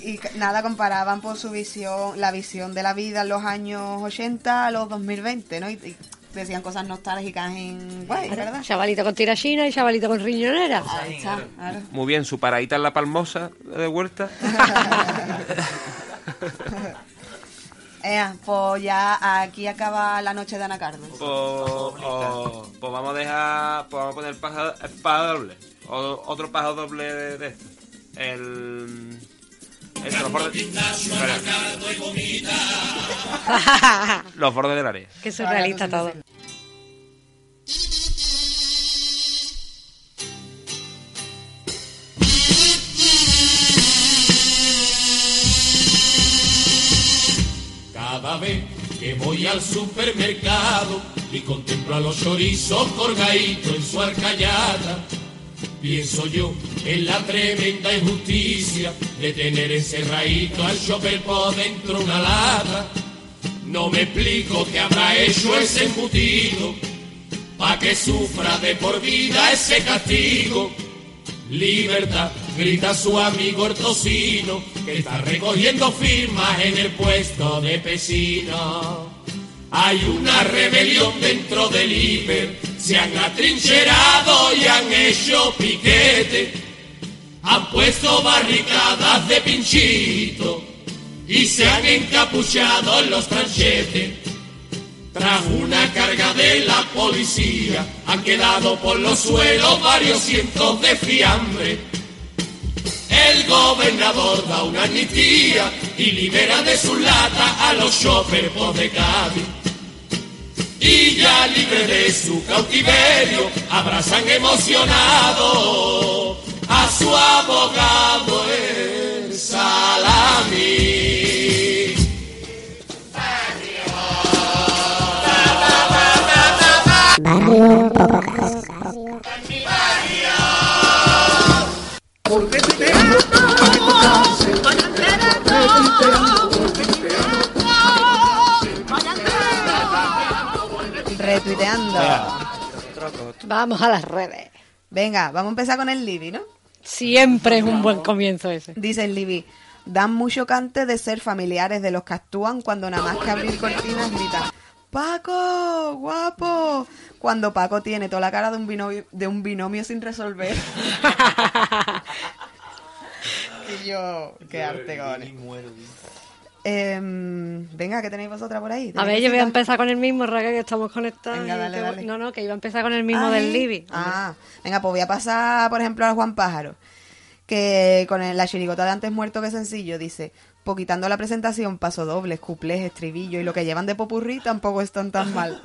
B: Y c- nada, comparaban por su visión, la visión de la vida en los años 80 a los 2020, ¿no? Y, y decían cosas nostálgicas en guay, ¿verdad?
K: Chavalito con tirachina y chavalito con riñonera.
B: Ahí está, claro.
H: Muy bien, su paradita en la palmosa de pues, huerta.
B: Eh, pues ya aquí acaba la noche de Ana Carmen.
H: Pues pues vamos a dejar, pues vamos a poner paja, eh, paja doble. O- otro paja doble de, de esto. El. El de los bordes. espera. Los bordes del área.
K: Qué surrealista todo.
G: Cada vez que voy al supermercado y contemplo a los chorizos colgaditos en su arcallada, pienso yo en la tremenda injusticia de tener encerradito al shopper por dentro una lata. No me explico qué habrá hecho ese embutido pa' que sufra de por vida ese castigo. Libertad, grita su amigo el tocino, que está recogiendo firmas en el puesto de pesino. Hay una rebelión dentro del IBER, se han atrincherado y han hecho piquete, han puesto barricadas de pinchito y se han encapuchado en los tranchetes. Tras una carga de la policía, han quedado por los suelos varios cientos de fiambre. El gobernador da una amnistía y libera de su lata a los choferes de Cádiz. Y ya libre de su cautiverio, abrazan emocionado a su abogado el salami.
D: Barrio
B: Retuiteando.
K: Vamos a las redes.
B: Venga, vamos a empezar con el Libby, ¿no?
K: Siempre es un buen comienzo ese.
B: Dice el Libby, dan mucho cante de ser familiares de los que actúan cuando nada más que abrir cortinas gritan ¡Paco! ¡Guapo! Cuando Paco tiene toda la cara de un binomio, de un binomio sin resolver. y yo, qué arte, cojones. Em, venga, ¿qué tenéis vosotras por ahí?
K: A ver, yo voy a empezar con el mismo, Raquel, que estamos conectados.
B: Venga,
K: y
B: dale,
K: que-
B: dale.
K: No, no, que iba a empezar con el mismo
B: Ah,
K: del
B: ¿eh?
K: Libby.
B: Ah, venga, pues voy a pasar, por ejemplo, al Juan Pájaro. que con el- la chirigota de antes muerto que sencillo dice, poquitando la presentación, paso dobles, cuplés, estribillo y lo que llevan de popurrí tampoco están tan mal.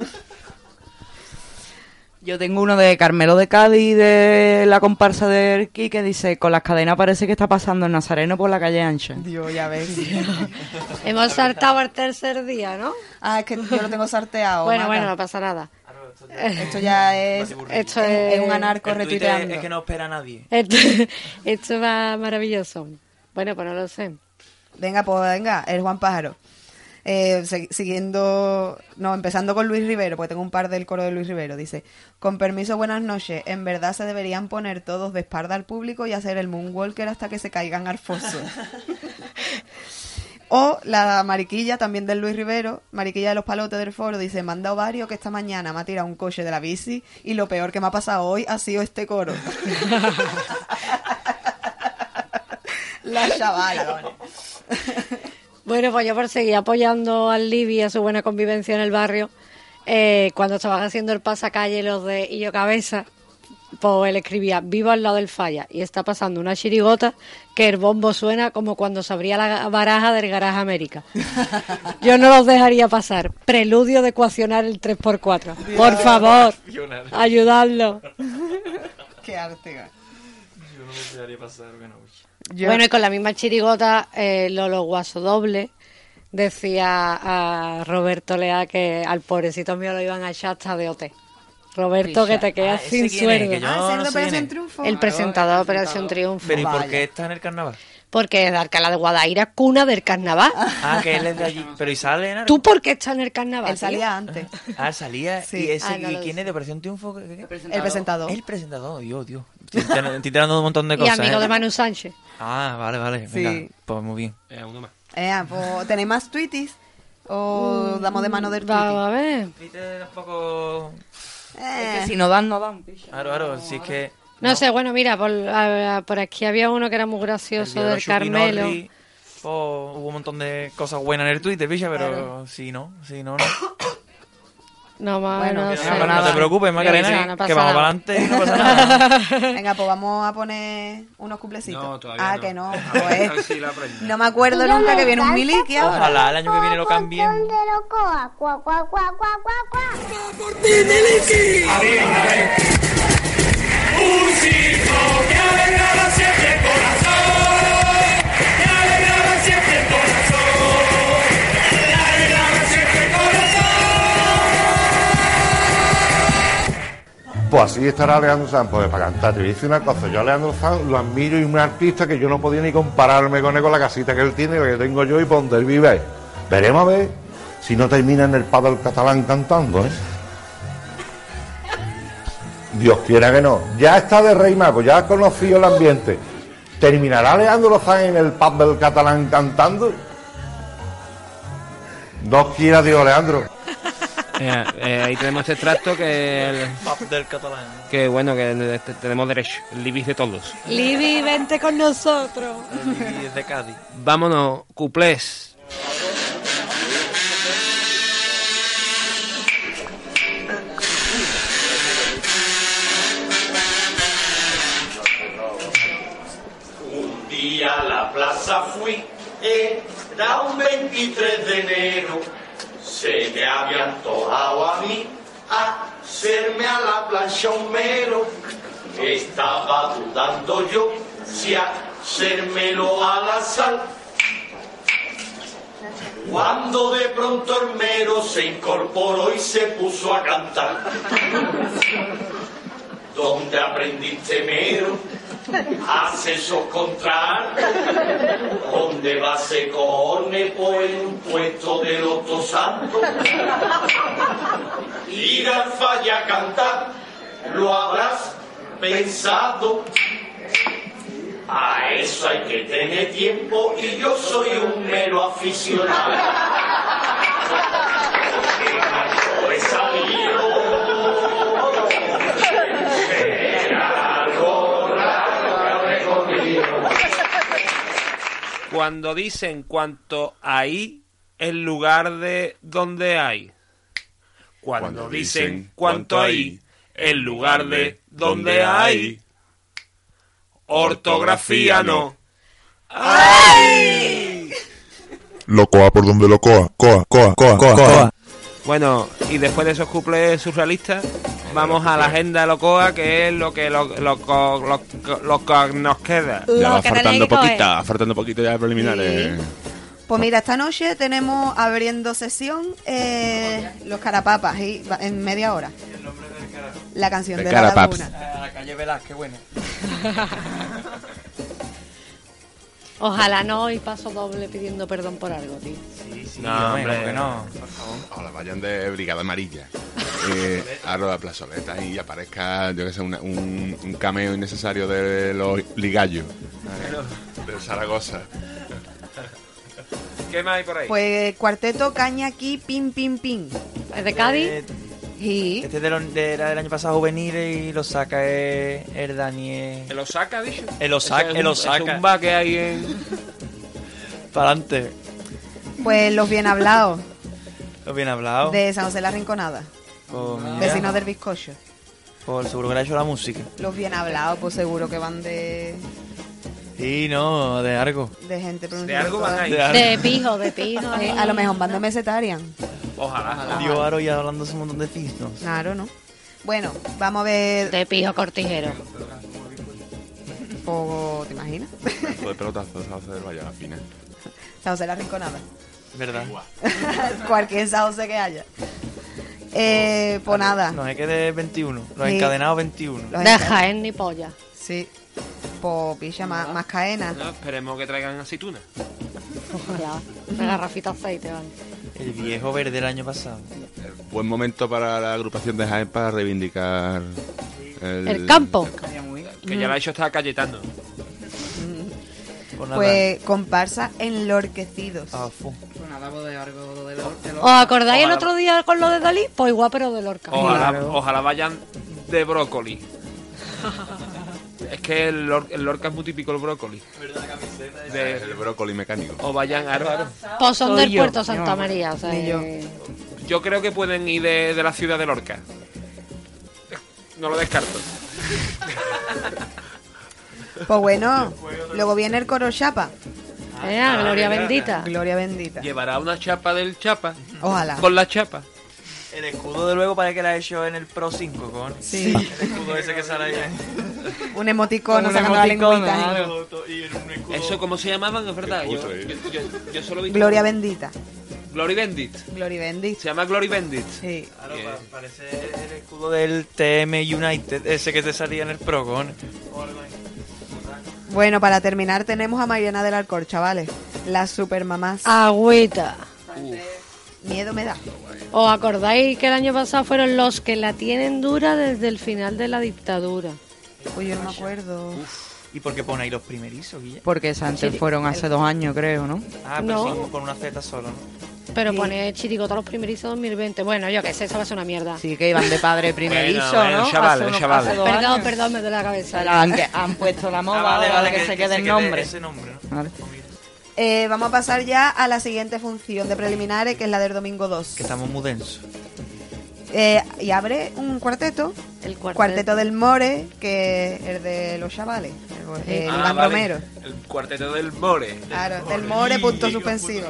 J: Yo tengo uno de Carmelo de Cádiz de la comparsa de Erki que dice, con las cadenas parece que está pasando el Nazareno por la calle ancha.
B: Dios, ya ves.
K: Hemos saltado al tercer día, ¿no?
B: Ah, es que yo lo tengo sarteado.
K: Bueno,
B: Maca.
K: bueno, no pasa nada.
B: Esto ya es,
K: Esto
B: es,
K: es-
B: un anarco
K: El Twitter
B: retuiteando.
I: Es que no espera a nadie.
K: Esto, esto va maravilloso. Bueno, pues no lo sé.
B: Venga, pues venga, el Juan Pájaro. Eh, se- siguiendo, no, empezando con Luis Rivero, porque tengo un par del coro de Luis Rivero. Dice, con permiso, buenas noches. En verdad se deberían poner todos de espalda al público y hacer el moonwalker hasta que se caigan al foso. o la mariquilla también del Luis Rivero, mariquilla de los palotes del foro, dice, manda mandado varios que esta mañana me ha tirado un coche de la bici y lo peor que me ha pasado hoy ha sido este coro. la chavala, coño.
K: Bueno, pues yo por seguir apoyando al Libby y a su buena convivencia en el barrio, eh, cuando estaban haciendo el pasacalle los de Illo Cabeza, pues él escribía, vivo al lado del falla, y está pasando una chirigota que el bombo suena como cuando se abría la baraja del Garaje América. Yo no los dejaría pasar. Preludio de ecuacionar el 3x4. Por favor, ayudadlo.
B: Qué arte, ga.
I: Yo no me dejaría pasar, bueno.
K: Bueno, y con la misma chirigota, eh, Lolo Guaso Doble decía a Roberto Lea que al pobrecito mío lo iban a echar hasta de OT. Roberto,
I: Picha.
K: que te quedas
I: Ah, ¿ese
K: sin
I: quién es?
K: sueldo.
I: Que yo Ah, ¿ese es de no sé Operación quién es. Triunfo?
K: El
I: Claro,
K: presentador
I: el
K: de Operación Triunfo.
I: Pero ¿y por qué está en el carnaval?
K: Porque es de Alcalá de Guadaira, cuna del carnaval.
I: Ah, que él es de allí. Pero ¿y sale en el...
K: ¿Tú por qué estás en el carnaval?
B: Él salía
K: tío?
B: antes.
I: Ah, salía.
B: Sí.
I: ¿Y, ese,
B: Ah, no
I: ¿y
B: lo
I: quién
B: sé.
I: es de Operación Triunfo? ¿Qué- qué- qué?
B: El presentador.
I: El presentador, Dios, Dios. Estoy tirando- estoy tirando un montón de
K: Y
I: cosas.
K: amigo
I: ¿eh?
K: de Manu Sánchez.
I: Ah, vale, vale.
B: Sí.
I: Venga, pues muy bien.
H: uno más.
B: Eh, pues, ¿Tenéis más tweetis? ¿O damos de mano del tweet?
K: Mm, a ver.
I: Tampoco...
B: Es
J: que si no dan, no dan. picha.
I: Claro, claro, si es que...
K: No, sé, bueno, mira, por, a- a- por aquí había uno que era muy gracioso
I: Yo era
K: del Carmelo.
I: Chupinorri, po, pues, hubo un montón de cosas buenas en el Twitter, picha, pero si no, si no, no.
K: No, ma-
B: Bueno,
K: no
I: Que
K: sé.
I: no, no te preocupes,
K: Venga,
I: Macarena,
K: no
I: que-
K: pasa
I: que vamos
K: nada.
I: para adelante y no pasa nada.
B: Venga, pues vamos a poner unos cuplecitos.
I: No, todavía
B: ah,
I: no.
B: que no.
I: A ver, a ver
B: Pues,
I: si la aprendo.
B: no me acuerdo
I: Ella
B: nunca
I: le
B: que viene un
I: encanta
B: miliki ahora.
I: Ojalá el año que viene lo cambien.
G: Un chico que alegraba siempre el corazón, que alegraba siempre el corazón, que alegraba siempre el
M: Pues así estará Alejandro Sanz, porque para cantar, te voy a decir una cosa, yo a Alejandro Sanz lo admiro y es un artista que yo no podía ni compararme con él, con la casita que él tiene, la que tengo yo y por donde él vive. Veremos a ver si no termina en el padre catalán cantando, ¿eh? Dios quiera que no. Ya está de rey mago, ya ha conocido el ambiente. ¿Terminará Alejandro Sanz en el pub del catalán cantando? No quiera Dios, Leandro.
H: Eh, eh, ahí tenemos este extracto que, el-
I: Pap del catalán.
H: que bueno, que este, tenemos derecho, el libis de todos.
K: Libby, vente con nosotros.
I: Y es de Cádiz.
H: Vámonos, cuplés.
G: Un día a la plaza fui, era un 23 de enero. Se me había antojado a mí hacerme a la plancha un mero. Estaba dudando yo si hacérmelo a la sal. Cuando de pronto el mero se incorporó y se puso a cantar. ¿Dónde aprendiste mero? Hace esos contratos donde va se cojones por un puesto de los dos santos. Ir al falla a cantar, lo habrás pensado. A eso hay que tener tiempo y yo soy un mero aficionado. Porque no he salido. Será algo raro que habré comido.
H: Cuando dicen cuanto ahí en lugar de donde hay. Cuando, dicen cuanto ahí en lugar de donde hay. Ortografía no.
E: Locoa por donde locoa, coa, coa, coa, coa, coa.
H: Bueno, y después de esos cuples surrealistas, vamos a la agenda locoa, que es lo que lo, lo, lo- lo- lo que nos queda.
L: Ya va
B: que tenéis
L: faltando
B: que coger.
L: poquita, va faltando poquito ya de preliminares.
B: Pues mira, esta noche tenemos abriendo sesión eh, los carapapas y va- en media hora. La canción
L: De
B: de, la
L: Carapapas.
B: laguna.
I: A Ah, la calle Velázquez, bueno.
K: Ojalá no y paso doble pidiendo perdón por algo, tío.
L: No,
I: hombre,
L: hombre.
I: que no.
L: Ahora vayan de Brigada Amarilla eh, a la plazoleta y aparezca, yo que sé, una- un, un cameo innecesario de los ligallos eh, de Zaragoza.
H: ¿Qué más hay por ahí?
B: Pues cuarteto caña aquí, pim, pim, pim.
K: ¿Es de Cádiz?
B: Sí.
I: Este es de lo- de- era del año pasado juvenil y lo saca eh, el Daniel.
H: ¿El Osaka, bicho?
I: El Osaka,
H: Eso es
I: el
H: un-
I: Osaka.
H: eso es un va que hay
I: eh.
H: en...
I: Para adelante.
B: Pues los bien hablados
I: Lo bien hablado.
B: de San José la Rinconada,
I: Pues mira,
B: vecinos del bizcocho.
I: pues seguro que le ha hecho la música.
B: Los bien hablados, pues seguro que van de,
I: Y no, de algo.
B: de gente
H: De algo van ahí.
I: De algo.
K: De pijo, de pijo.
B: Eh, a lo mejor van de mesetarian.
H: Ojalá.
I: Dios, Aro, ya hablando un montón de pistas.
B: Claro, ¿no? Bueno, vamos a ver.
K: De pijo cortijero.
B: Poco, ¿te imaginas?
L: Pedazo de pelotazo se hace del Valle a la fina.
B: San José la Rinconada.
I: ¿Verdad?
B: Cualquier San José que haya. Eh, pues nada.
I: Nos he quedado 21. Los
B: Sí.
I: encadenados 21.
B: Los
K: De
B: encadenados.
K: Jaén ni polla.
B: Sí. Pues pilla más, más caena.
H: No, esperemos que traigan aceituna.
K: Ojalá. Una garrafita de aceite, vale.
I: El viejo verde del año pasado.
L: Buen momento para la agrupación de Jaén para reivindicar el,
K: El campo.
H: Que ya la ha hecho está cayetando.
N: Mm.
I: Pues nada.
B: Pues comparsa enlorquecidos.
I: Ah, fu.
N: Pues nada, pues de algo de lo- de lo-
K: ¿Os acordáis
H: Ojalá.
K: el otro día con lo de Dalí? Pues igual, pero de Lorca.
I: Oh,
H: Ojalá, ojalá vayan de brócoli. es que el, Lor- el Lorca es muy típico el brócoli. De-
L: el brócoli mecánico.
H: o vayan aro, aro.
K: Pues son
I: Soy
K: del
I: yo.
K: Puerto Santa
I: No,
K: María, o sea,
I: ni yo.
K: eh,
H: Yo creo que pueden ir de, de la ciudad de Lorca. No lo descarto.
B: Pues bueno, luego viene el coro chapa.
K: eh, a Gloria bendita.
B: Gloria bendita.
H: Llevará una chapa del chapa.
B: Ojalá.
H: Con la chapa.
I: El escudo de luego parece que la ha hecho en el Pro 5, con.
B: Sí.
I: El escudo ese que sale ahí.
B: Un emoticono
I: Un
B: sacando la
I: emoticono,
B: lengüita.
I: algo.
H: Eso, ¿cómo se llamaban? Es verdad. Yo,
L: cutre,
H: yo, yo- yo solo vi.
B: ¿eh? Gloria bendita.
H: Glory Bendit.
B: Glory bendita.
H: Se llama Glory Bendit.
B: Sí.
I: Claro, pa- parece el escudo del TM United, ese que te salía en el Pro, con.
B: Bueno, para terminar tenemos a Mariana del Alcor, chavales. Las supermamás.
K: Agüita.
B: Miedo me da.
K: ¿Os acordáis que el año pasado fueron los que la tienen dura desde el final de la dictadura?
B: Uy, yo no me acuerdo.
I: ¿Y por qué pone ahí los primerizos, Guille?
N: Porque Sánchez fueron hace dos años, creo, ¿no?
I: Ah, pero
K: No.
I: sí, con una Z solo, ¿no?
K: Pero pone Chiricota los primerizos 2020. Bueno, yo qué sé, eso va a ser una mierda.
N: Sí, que iban de padre primerizo,
H: bueno,
N: ¿no?
H: chavales,
N: Hace unos-
H: chavales.
N: hace dos
K: Perdón,
N: años.
K: perdón, me duele la
N: O
K: cabeza.
N: sea, la han, que han puesto
I: Ah,
N: la moda para que, se quede el nombre.
I: ese nombre, ¿no?
N: Vale.
B: Eh, vamos a pasar ya a la siguiente función de preliminares, que es la del domingo 2.
I: Que estamos muy densos.
B: Eh, y abre un cuarteto,
K: El
B: cuarteto,
K: cuarteto.
B: del More, que es el de los chavales, el, el
H: Ah,
B: Iván
H: vale.
B: Romero.
H: El cuarteto del More.
B: Claro, del More, punto suspensivo.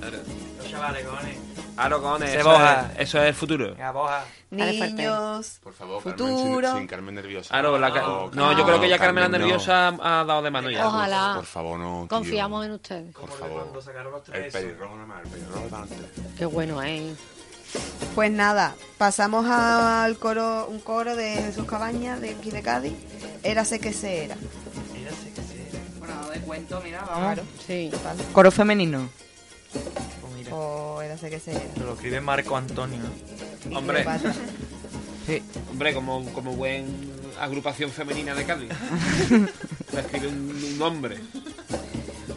H: Claro.
I: Los chavales, cojones.
H: Aro, cojones,
I: Se
H: eso
I: boja.
H: es, eso es el futuro.
I: Venga, boja.
K: Dale, fuerte.
B: Niños,
L: Por favor, Carmen,
B: futuro.
L: sin, sin Carmen nerviosa.
H: Aro, la ca-
L: Oh,
H: Ah, no, yo creo que ya
L: Carmen,
H: Carmen
L: no.
H: la nerviosa ha ha dado de mano ya.
K: Ojalá.
L: Por favor, no. tío.
K: Confiamos en ustedes.
L: Por favor. El pelirrojo nada más, el pelirrojo delante.
K: Qué bueno, ¿eh?
B: Pues nada, pasamos al coro, un coro de Jesús Cabañas de aquí de Cádiz. Érase que se era.
N: Bueno, no de cuento, mira, vamos.
K: Sí.
B: Total.
N: Coro femenino.
I: Pues mira,
B: O érase que se Oh, era.
I: lo escribe Marco Antonio.
H: Hombre,
B: Cleopatra.
N: Sí.
H: hombre, como, como buen agrupación femenina de Cádiz. La escribe un, un hombre.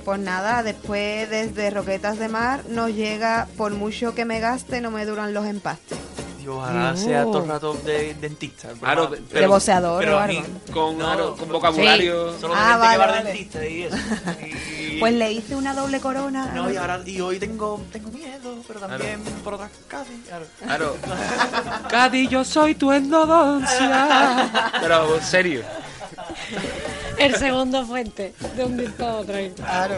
B: Pues nada, después desde Roquetas de Mar nos llega, por mucho que me gaste, no me duran los empastes.
I: Dios, ojalá
N: No.
I: sea todo el rato de dentista. el
H: Aro,
I: programa.
B: de
H: pero
B: boceador
I: pero
B: o
I: a
B: algo.
I: mí-
H: con,
I: No,
H: aro- con
I: sí.
H: vocabulario.
I: Solo de
B: Ah,
I: gente
B: vale,
I: que va al
B: vale.
I: dentista y eso. Y-
B: Pues le hice una doble corona.
I: No, y ahora, y hoy tengo, tengo miedo, pero también por otras casi. claro.
H: Aro. Cádiz, yo soy tu endodoncia. Pero, serio.
K: El segundo fuente, de un disco a otro.
I: Claro.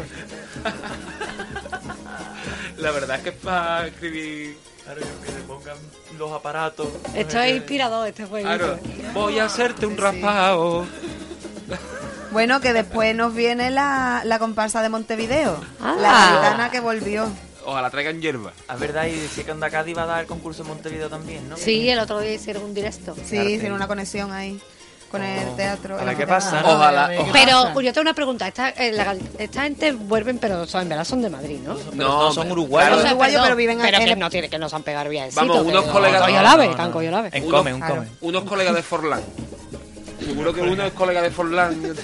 H: La verdad es que es para escribir.
I: Claro, yo que le pongan los aparatos. Ah.
K: Esto es inspirador, este jueguito.
H: Claro, voy a hacerte un raspado.
B: Bueno, que después nos viene la, la comparsa de Montevideo.
H: Ah.
B: La gitana que volvió.
H: Ojalá traigan hierba.
I: Es Ah, verdad, y decía que Onda Cádiz iba a dar el concurso en Montevideo también, ¿no?
K: Sí, el otro día hicieron un directo.
B: Sí, tiene una conexión ahí con el teatro.
I: Ojalá
B: el
I: que
B: tema.
I: pasa, ¿no? Ojalá- ojalá.
K: Pero yo tengo una pregunta. Esta, eh, la gal- esta gente vuelven, pero son, en verdad son de Madrid, ¿no?
I: no, son uruguayos.
K: O sea,
B: uruguayos,
K: perdón,
B: pero viven
K: pero
B: en-
K: que no tiene que nos han pegado bien.
H: Vamos, unos colegas.
K: Coyo
H: No,
K: lave,
H: no,
K: tan
H: no.
K: coyo lave.
H: Unos- Unos colegas de Forlán. Seguro que uno es colega de Forlán. y otro-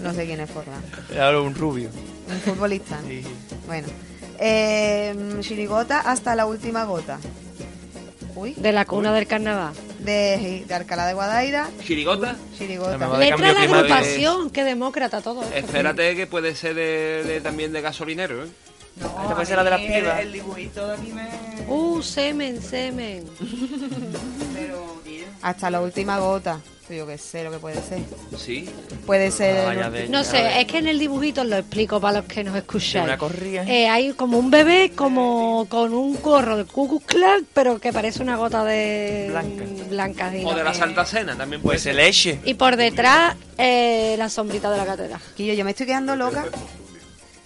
B: No sé quién es Forlán.
I: Claro, un rubio.
B: Un futbolista. ¿no? Bueno. Eh, Chirigota hasta la última gota. Uy.
K: De la cuna del carnaval.
B: De, de Alcalá de Guadaira.
H: ¿Chirigota?
B: Chirigota.
H: Me va de
K: Letra
H: cambio
K: de la
H: climático.
K: agrupación, qué demócrata todo. esto.
H: Espérate que puede ser de, de- también de gasolinero, ¿eh?
I: Esta puede ser la de las pibas.
N: dibujito de aquí me...
K: Uh, semen, semen.
N: Pero, tío...
B: Hasta la última gota. Yo qué sé lo que puede ser.
H: Sí.
B: Puede ser.
I: Ah,
B: el
I: ya
B: ulti-
I: ves,
K: No
I: ya ves.
K: sé, es que en el dibujito lo explico para los que nos escucháis.
I: Una corría.
K: Eh, hay como un bebé como con un gorro del Ku Klux Klan, pero que parece una gota de blanca, de
H: O de la
K: hidrógeno.
H: Santa Cena también puede
I: Pues el eche.
K: y por detrás eh, la sombrita de la catedral.
B: Quillo, yo me estoy quedando loca.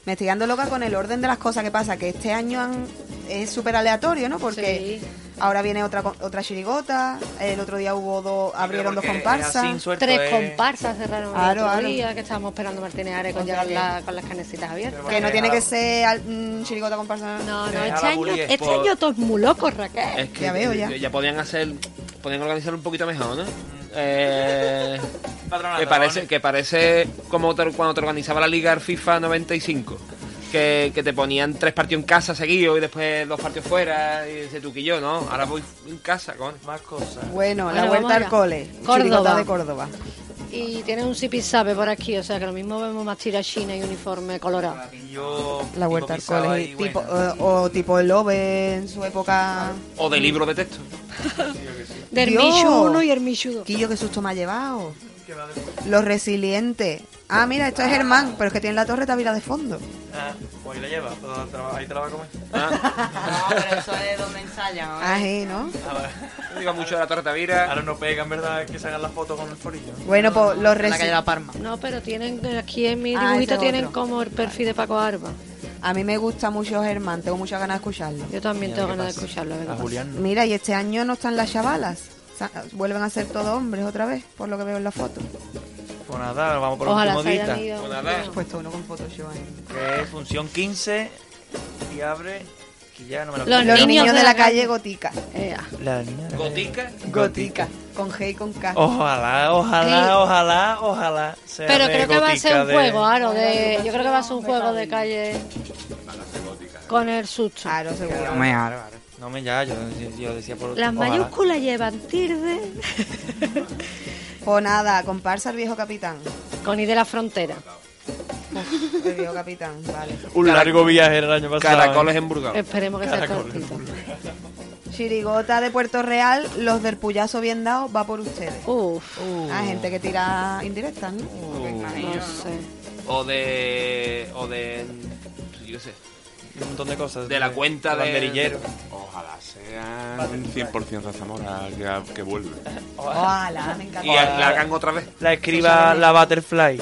B: Me estoy quedando loca con el orden de las cosas que pasa. Que este año han- es súper aleatorio, ¿no? Porque ahora viene otra co- otra chirigota. El otro día hubo dos. Abrieron dos
I: porque es
B: comparsas.
I: así, insuelto,
K: Tres
I: eh.
K: comparsas cerraron el
B: Aro,
K: otro
B: aro.
K: día, que estábamos esperando Martínez Ares con
B: O sea
K: llegar
B: que-
K: la- con las canecitas abiertas.
B: Que no tiene que ser al- mm, chirigota comparsa.
K: No,
H: Deja
K: no,
H: la
K: este año,
H: bully,
K: este
H: por-
K: año todo es muy loco, Raquel.
H: Es que
K: ya veo ya.
H: podían hacer, podían organizar un poquito mejor, ¿no? Eh, que parece, que parece como te- cuando te organizaba la Liga FIFA 95. Que, que te ponían tres partidos en casa seguidos y después dos partidos fuera y dice tú que yo, ¿no? Ahora voy en casa con
I: más cosas.
B: Bueno, la
K: Bueno,
B: vuelta
K: vamos
B: al
K: allá.
B: cole.
K: Córdoba.
B: Chirigota de Córdoba.
K: Y tiene un zipizape por aquí, o sea que lo mismo vemos más tirachina y uniforme colorado.
B: La vuelta al
K: pisaba
B: cole.
K: ahí,
B: tipo- eh, o, o tipo el Love en su época.
H: O de libro de texto.
K: Del
B: Dios.
K: Michu 1 y el Michu 2.
B: Quillo, qué susto me ha llevado. Los resilientes. Ah, mira, esto es Germán, pero es que tiene la torre Tavira de fondo.
I: Ah, pues ahí la lleva. pero te la- Ahí te la va a comer.
N: No, pero eso es donde ensayan.
J: ¿eh?
N: ¿no?
B: Ahí, ¿no?
H: No diga mucho de la Torre Tavira.
I: Ah, Ahora no pegan, ¿verdad? Que se hagan las fotos con el forillo.
B: Bueno, pues los
N: en Ah, la calle de la
B: resilientes.
N: Parma.
K: No, pero tienen eh, aquí en mi
B: Ah,
K: dibujito
B: ese
K: tienen
B: otro.
K: como el perfil de Paco Arba.
B: A mí me gusta mucho Germán, tengo muchas ganas de escucharlo.
K: Yo también Ah, tengo ganas de escucharlo. a ver qué pasa.
B: Mira, y este año no están las chavalas. Sa- Vuelven a ser todos hombres otra vez, por lo que veo en la foto.
I: Pues nada, vamos por
K: Ojalá
I: un
K: se hayan
I: comodita.
K: ido.
H: Pues nada.
B: He puesto uno con Photoshop ahí.
I: Que es función 15 y abre. Que ya no me lo
K: Los
B: Los niños de la calle
K: calle.
B: Gotica.
K: Eh,
I: La niña.
H: Gotica.
B: Gotica. Con G y con K.
I: Ojalá, ojalá,
K: Sí.
I: ojalá, ojalá. sea
K: pero
I: de
K: creo que va a ser
I: gótica
K: un
I: de-
K: juego, Aro. De, yo creo que va a ser un juego de calle con el susto.
B: Claro, seguro.
I: No me, Aro, Aro. No me ya, yo, yo decía por
K: Las
I: ojalá.
K: mayúsculas llevan tirde
B: O Pues nada, comparsa al viejo capitán.
K: con I de la frontera.
B: Uf, el viejo capitán, vale.
I: Un largo viaje el año pasado. ¿eh?
H: Caracoles en Burgos.
K: Esperemos que sea cortito.
B: Chirigota de Puerto Real, los del puyazo bien dado, va por ustedes.
K: Uf.
B: Ah, gente que tira indirectas, ¿no?
K: No sé.
H: O de. O de. Yo qué sé.
I: Un montón de cosas.
H: De la cuenta de.
I: Banderillero.
L: Ojalá sea 100% Razamora que, que vuelve.
B: Ojalá, me encanta.
H: Y la hagan otra vez.
I: La escriba la Butterfly.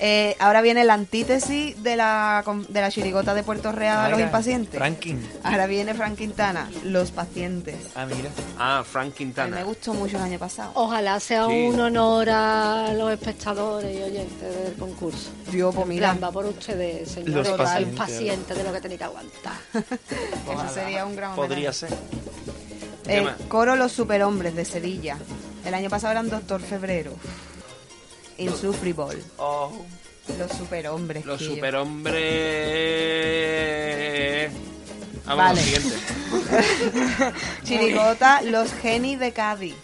B: Eh, ahora viene la antítesis de la, com- de la chirigota de Puerto Real a los
I: Ahora,
B: impacientes.
I: Franklin.
B: Ahora viene Frank Quintana, los pacientes.
I: Ah, mira.
H: Ah, Frank
B: A mí me
H: Quintana.
B: gustó mucho el año pasado.
K: Ojalá sea
H: Sí.
K: un honor a los espectadores y oyentes del concurso.
B: Dios, pues
K: En
B: mira,
K: plan, va por ustedes,
I: Los
K: señores. Los
I: pacientes.
K: pacientes. de lo que tenéis que aguantar.
B: eso sería un gran homenaje.
I: Podría ser.
H: ¿Qué
B: Eh,
H: más?
B: coro Los Superhombres de Sevilla. El año pasado eran Doctor Febrero. Insufrible.
I: Oh.
B: Los Superhombres.
H: Los
B: Quillo.
H: superhombres. Vamos
B: Vale.
H: al siguiente.
B: Chirigota, Los Genis de Cádiz.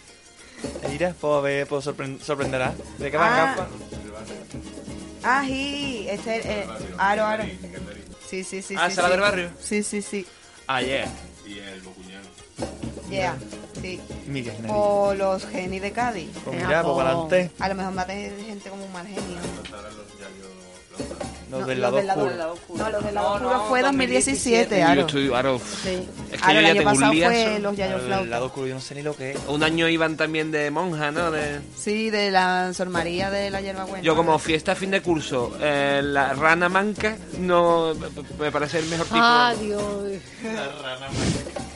I: Mira, puedo ver, puedo sorpren- sorprenderá. ¿De qué
B: Ah.
I: va capa?
B: Ah, sí, este es eh, Aro, Aro. Sí, sí, sí.
H: Ah,
B: sí,
H: ¿será
B: sí.
L: Ah,
H: del barrio?
B: Sí, sí, sí.
H: Ayer.
L: Y el Bocuñán.
B: Yeah. Sí.
I: Miguel Generi.
B: O los genis de Cádiz.
I: Pues mira, pues pa'lante.
B: A lo mejor mate gente como un mal genio.
I: Los del lado oscuro.
B: No, los del lado oscuro
I: no,
B: fue 2017,
H: Yo
B: este, Aro.
H: estoy, Aro,
B: Sí.
H: es que
B: Aro,
H: yo
B: el
H: ya
B: año
H: tengo un
B: pasado
H: liazo.
B: fue los Yayo
I: El
B: Flauta.
I: lado oscuro yo no sé ni lo que es.
H: Un año iban también de monja, ¿no? De-
B: Sí, de la Sor María de la Hierbabuena.
H: Yo como fiesta a fin de curso, eh, la rana manca no me parece el mejor título.
B: Ah.
K: Adiós.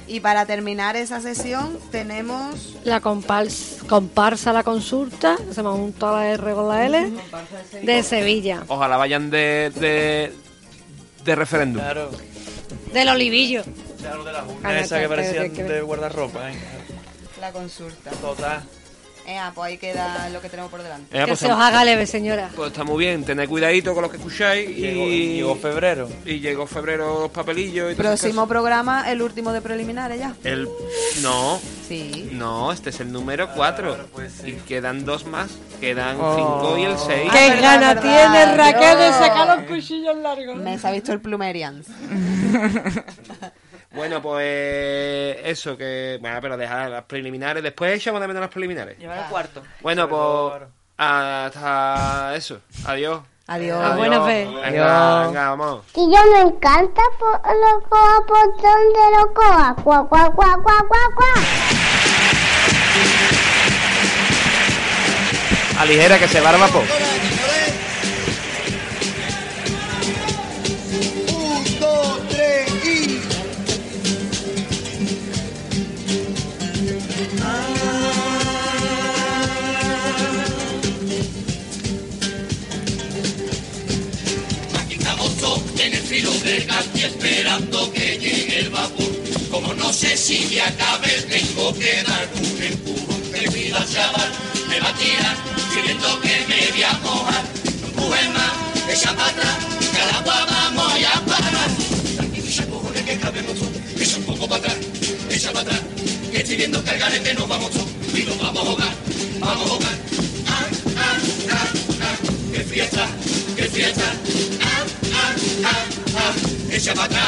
B: Y para terminar esa sesión tenemos...
K: La comparsa, comparsa la consulta, se me junta la R con la L, de Sevilla,
H: Ojalá vayan de, de, de referéndum. Claro.
K: del Olivillo.
I: Una esa que parecía
B: que-
I: de guardarropa, ¿eh?
B: La consulta.
I: Total.
B: Ea, pues ahí queda lo que tenemos por delante.
H: Eh, pues estamos-
K: señora.
H: Pues está muy bien, tened cuidadito con lo que escucháis. Y llegó,
I: febrero.
H: Y llegó febrero los papelillos. Y todas esas
B: Próximo programa, el último de preliminares ya.
H: cosas. El, no,
B: Sí.
H: no, este es el número 4. y quedan dos más, quedan
B: Oh.
H: 5 y el 6.
B: Ah, verdad, verdad. Dios.
K: cuchillos largos.
B: Me se ha visto el plumerians.
H: Bueno, pues eso, que. Bueno, pero dejar las preliminares. Después echamos de menos las preliminares.
N: Llevar al cuarto.
H: Bueno, pues. Hasta eso. Adiós.
B: Adiós.
N: A buena fe.
H: Venga, venga, vamos.
D: Que yo me encanta por locoa, por donde locoa. Cuá, cuá, cuá, cuá, cuá, cuá.
H: Aligera que se barba po.
O: Un, dos, tres y.
G: Aquí estamos todos en el filo del gas y esperando que llegue el vapor. Como no sé si me acabe, tengo que dar un empujón. Me cuida chaval, me va a tirar, siguiendo que me voy a mojar. No empujes más, echa para atrás, que al agua vamos a parar. Tranquilos, ya cojones que cabemos todos, echa un poco para atrás, echa para atrás. Que estoy viendo que al garete nos vamos todos y nos vamos a jugar, vamos a jugar. Ah, ah, ah, ah, qué fiesta, qué fiesta. Ah, ah, ah, ah, echa para atrás.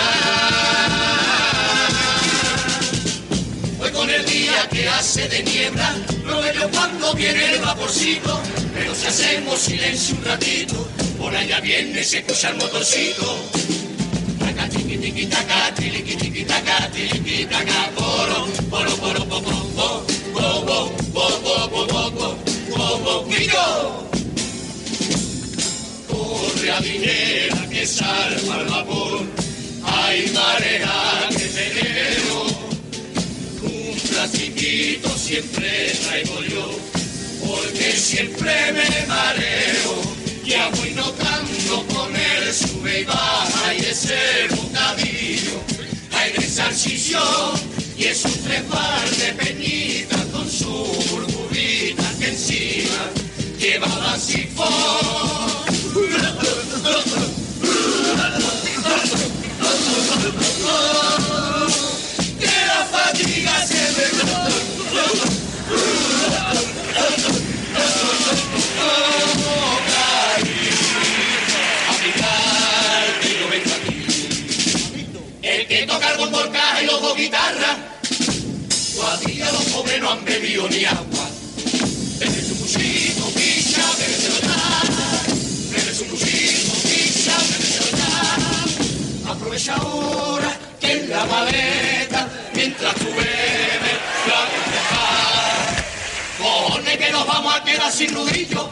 G: Hoy con el día que hace de niebla, no veo cuando viene el vaporcito, pero si hacemos silencio un ratito, por allá viene, se escucha el motorcito. Taca, tiqui, tiqui, taca, tiliqui, tiqui, taca, tiliqui, taca, poro, poro, poro, po, po, po, po, po, po, po, po, po, po, po, po, guillo. Corre a dinera que salva el vapor, hay marea que celebro. Un plastiquito siempre traigo yo, porque siempre me mareo. Ya voy notando con el sube y baja y ese bocadillo. Hay de salchichón y es un trepar de peñitas con su burbujita que encima llevaba sifón. Que la fatiga se me que yo vengo aquí. El que toca el borcaje y los dos guitarras, todavía los pobres no han bebido ni agua. Bebe un cuchito, picha, bebe de verdad. Bebe un cuchito, picha, bebe de verdad. Aprovecha ahora que en la maleta, mientras tú bebes, la dejar. Cojones que nos vamos a quedar sin nudillo.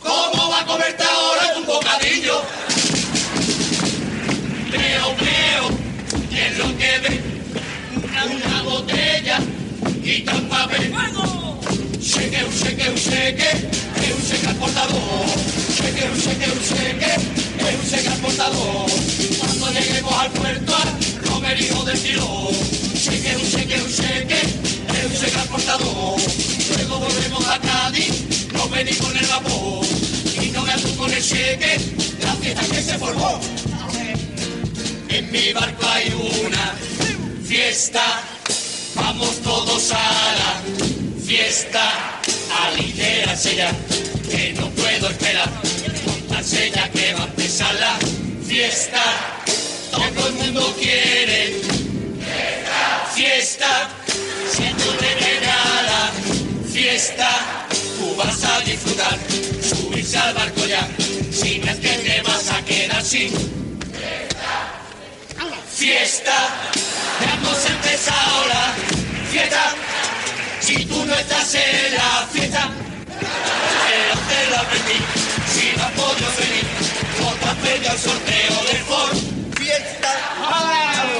G: ¿Cómo va a comerte ahora un bocadillo? Veo, veo, que es lo que ve una botella y tan papel. Cheque, un cheque, un cheque, que un cheque al portador. Cheque, un cheque, un cheque, que un cheque al portador. Cuando lleguemos al puerto, al comer hijo del tirón. Cheque, un cheque, un cheque, que un cheque al portador. Luego volvemos a Cádiz, nos venimos con el vapor. Y no me asusto con el cheque, la fiesta que se formó. En mi barco hay una fiesta, vamos todos a la fiesta, aligérase ya, que no puedo esperar, pónganse ya que va a empezar la fiesta, todo el mundo quiere fiesta, fiesta, siento así. Fiesta, hemos empezado la fiesta. Si tú no estás en la fiesta, pero te lo aprendí. Si no has podido venir, no te has perdido el sorteo del Ford. Fiesta,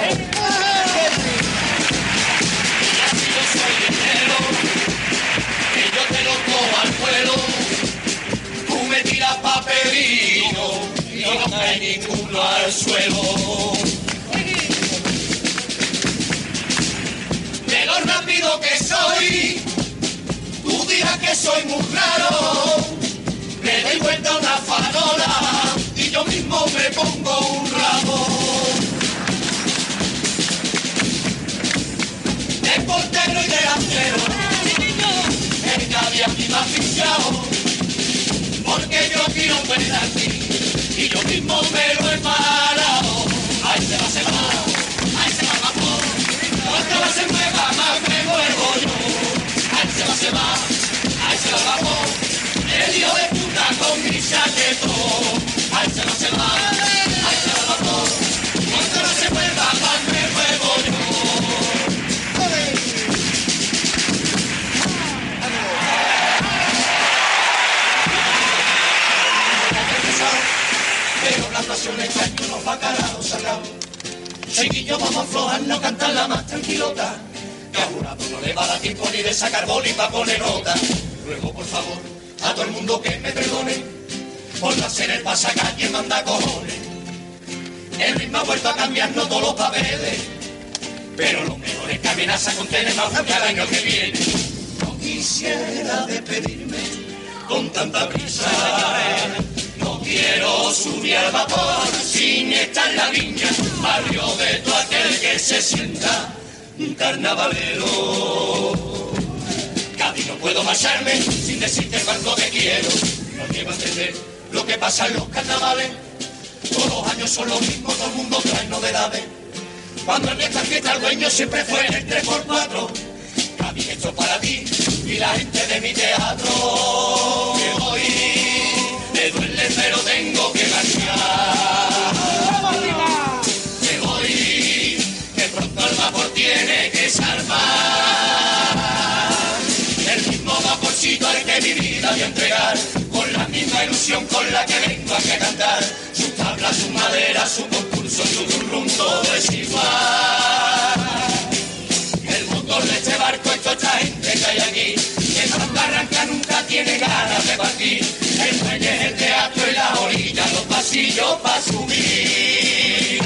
G: Este Y así yo soy dinero, que yo te lo cojo al vuelo. Tú me tiras papelino y no cae ninguno al suelo. de lo rápido que soy. Tú dirás que soy muy raro, me doy vuelta a una farola y yo mismo me pongo un ramo. De portero y delantero, que nadie a mí me ha fichado, porque yo quiero ver aquí y yo mismo me lo he parado. Ahí se va, se va, ahí se va, vamos. Otra vez se mueva, más me muevo yo. Ahí se va, se va, ahí se va, vamos. El hijo de puta con mi chaqueto. Ahí se va, se va, ahí se va, vamos. Otra vez se mueva, más me muevo yo. Pero la pasión le cae que unos bacalaos sacados. Chiquillo, vamos a aflojar, no cantar la más tranquilota. Que a jurado no le va a dar tiempo ni de sacar boli para poner nota. Luego, por favor, a todo el mundo que me perdone por no hacer el pasacalle manda cojones. El ritmo ha vuelto a cambiarnos todos los papeles, pero lo mejor es que amenaza con tener más bulla el año que viene. No quisiera despedirme con tanta prisa. No quiero subir al vapor sin estar en la viña, barrio de todo aquel que se sienta un carnavalero. Cádiz no puedo marcharme sin decirte cuánto te quiero. No llevo a entender lo que pasa en los carnavales. Todos los años son los mismos, todo el mundo trae novedades. Cuando en esta fiesta el dueño siempre fue el 3x4. Cádiz, esto es para ti y la gente de mi teatro. Que hoy me duele pero tengo que marchar. Me voy, que pronto el vapor tiene que salvar. El mismo vaporcito al que mi vida voy a entregar, con la misma ilusión con la que vengo aquí a cantar. Su tabla, su madera, su concurso, su turrum, todo es igual. El motor de este barco es toda esta gente que hay aquí. Que no arranca nunca tiene ganas de partir. El muelle es el teatro y la orilla, los pasillos para subir.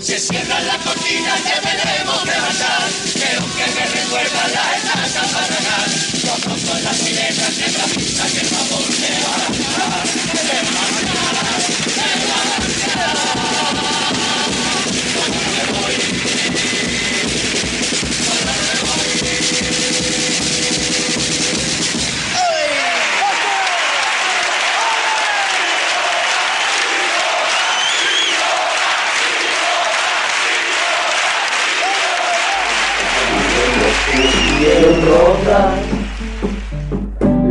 G: Se cierran las cortinas, ya tenemos que marchar. Pero que me recuerdan las estacas para ganar. Cuando son las sirenas de la pista que el vapor se va a marchar, se va a marchar, se va a marchar. Cuando me voy,
F: quiero rota,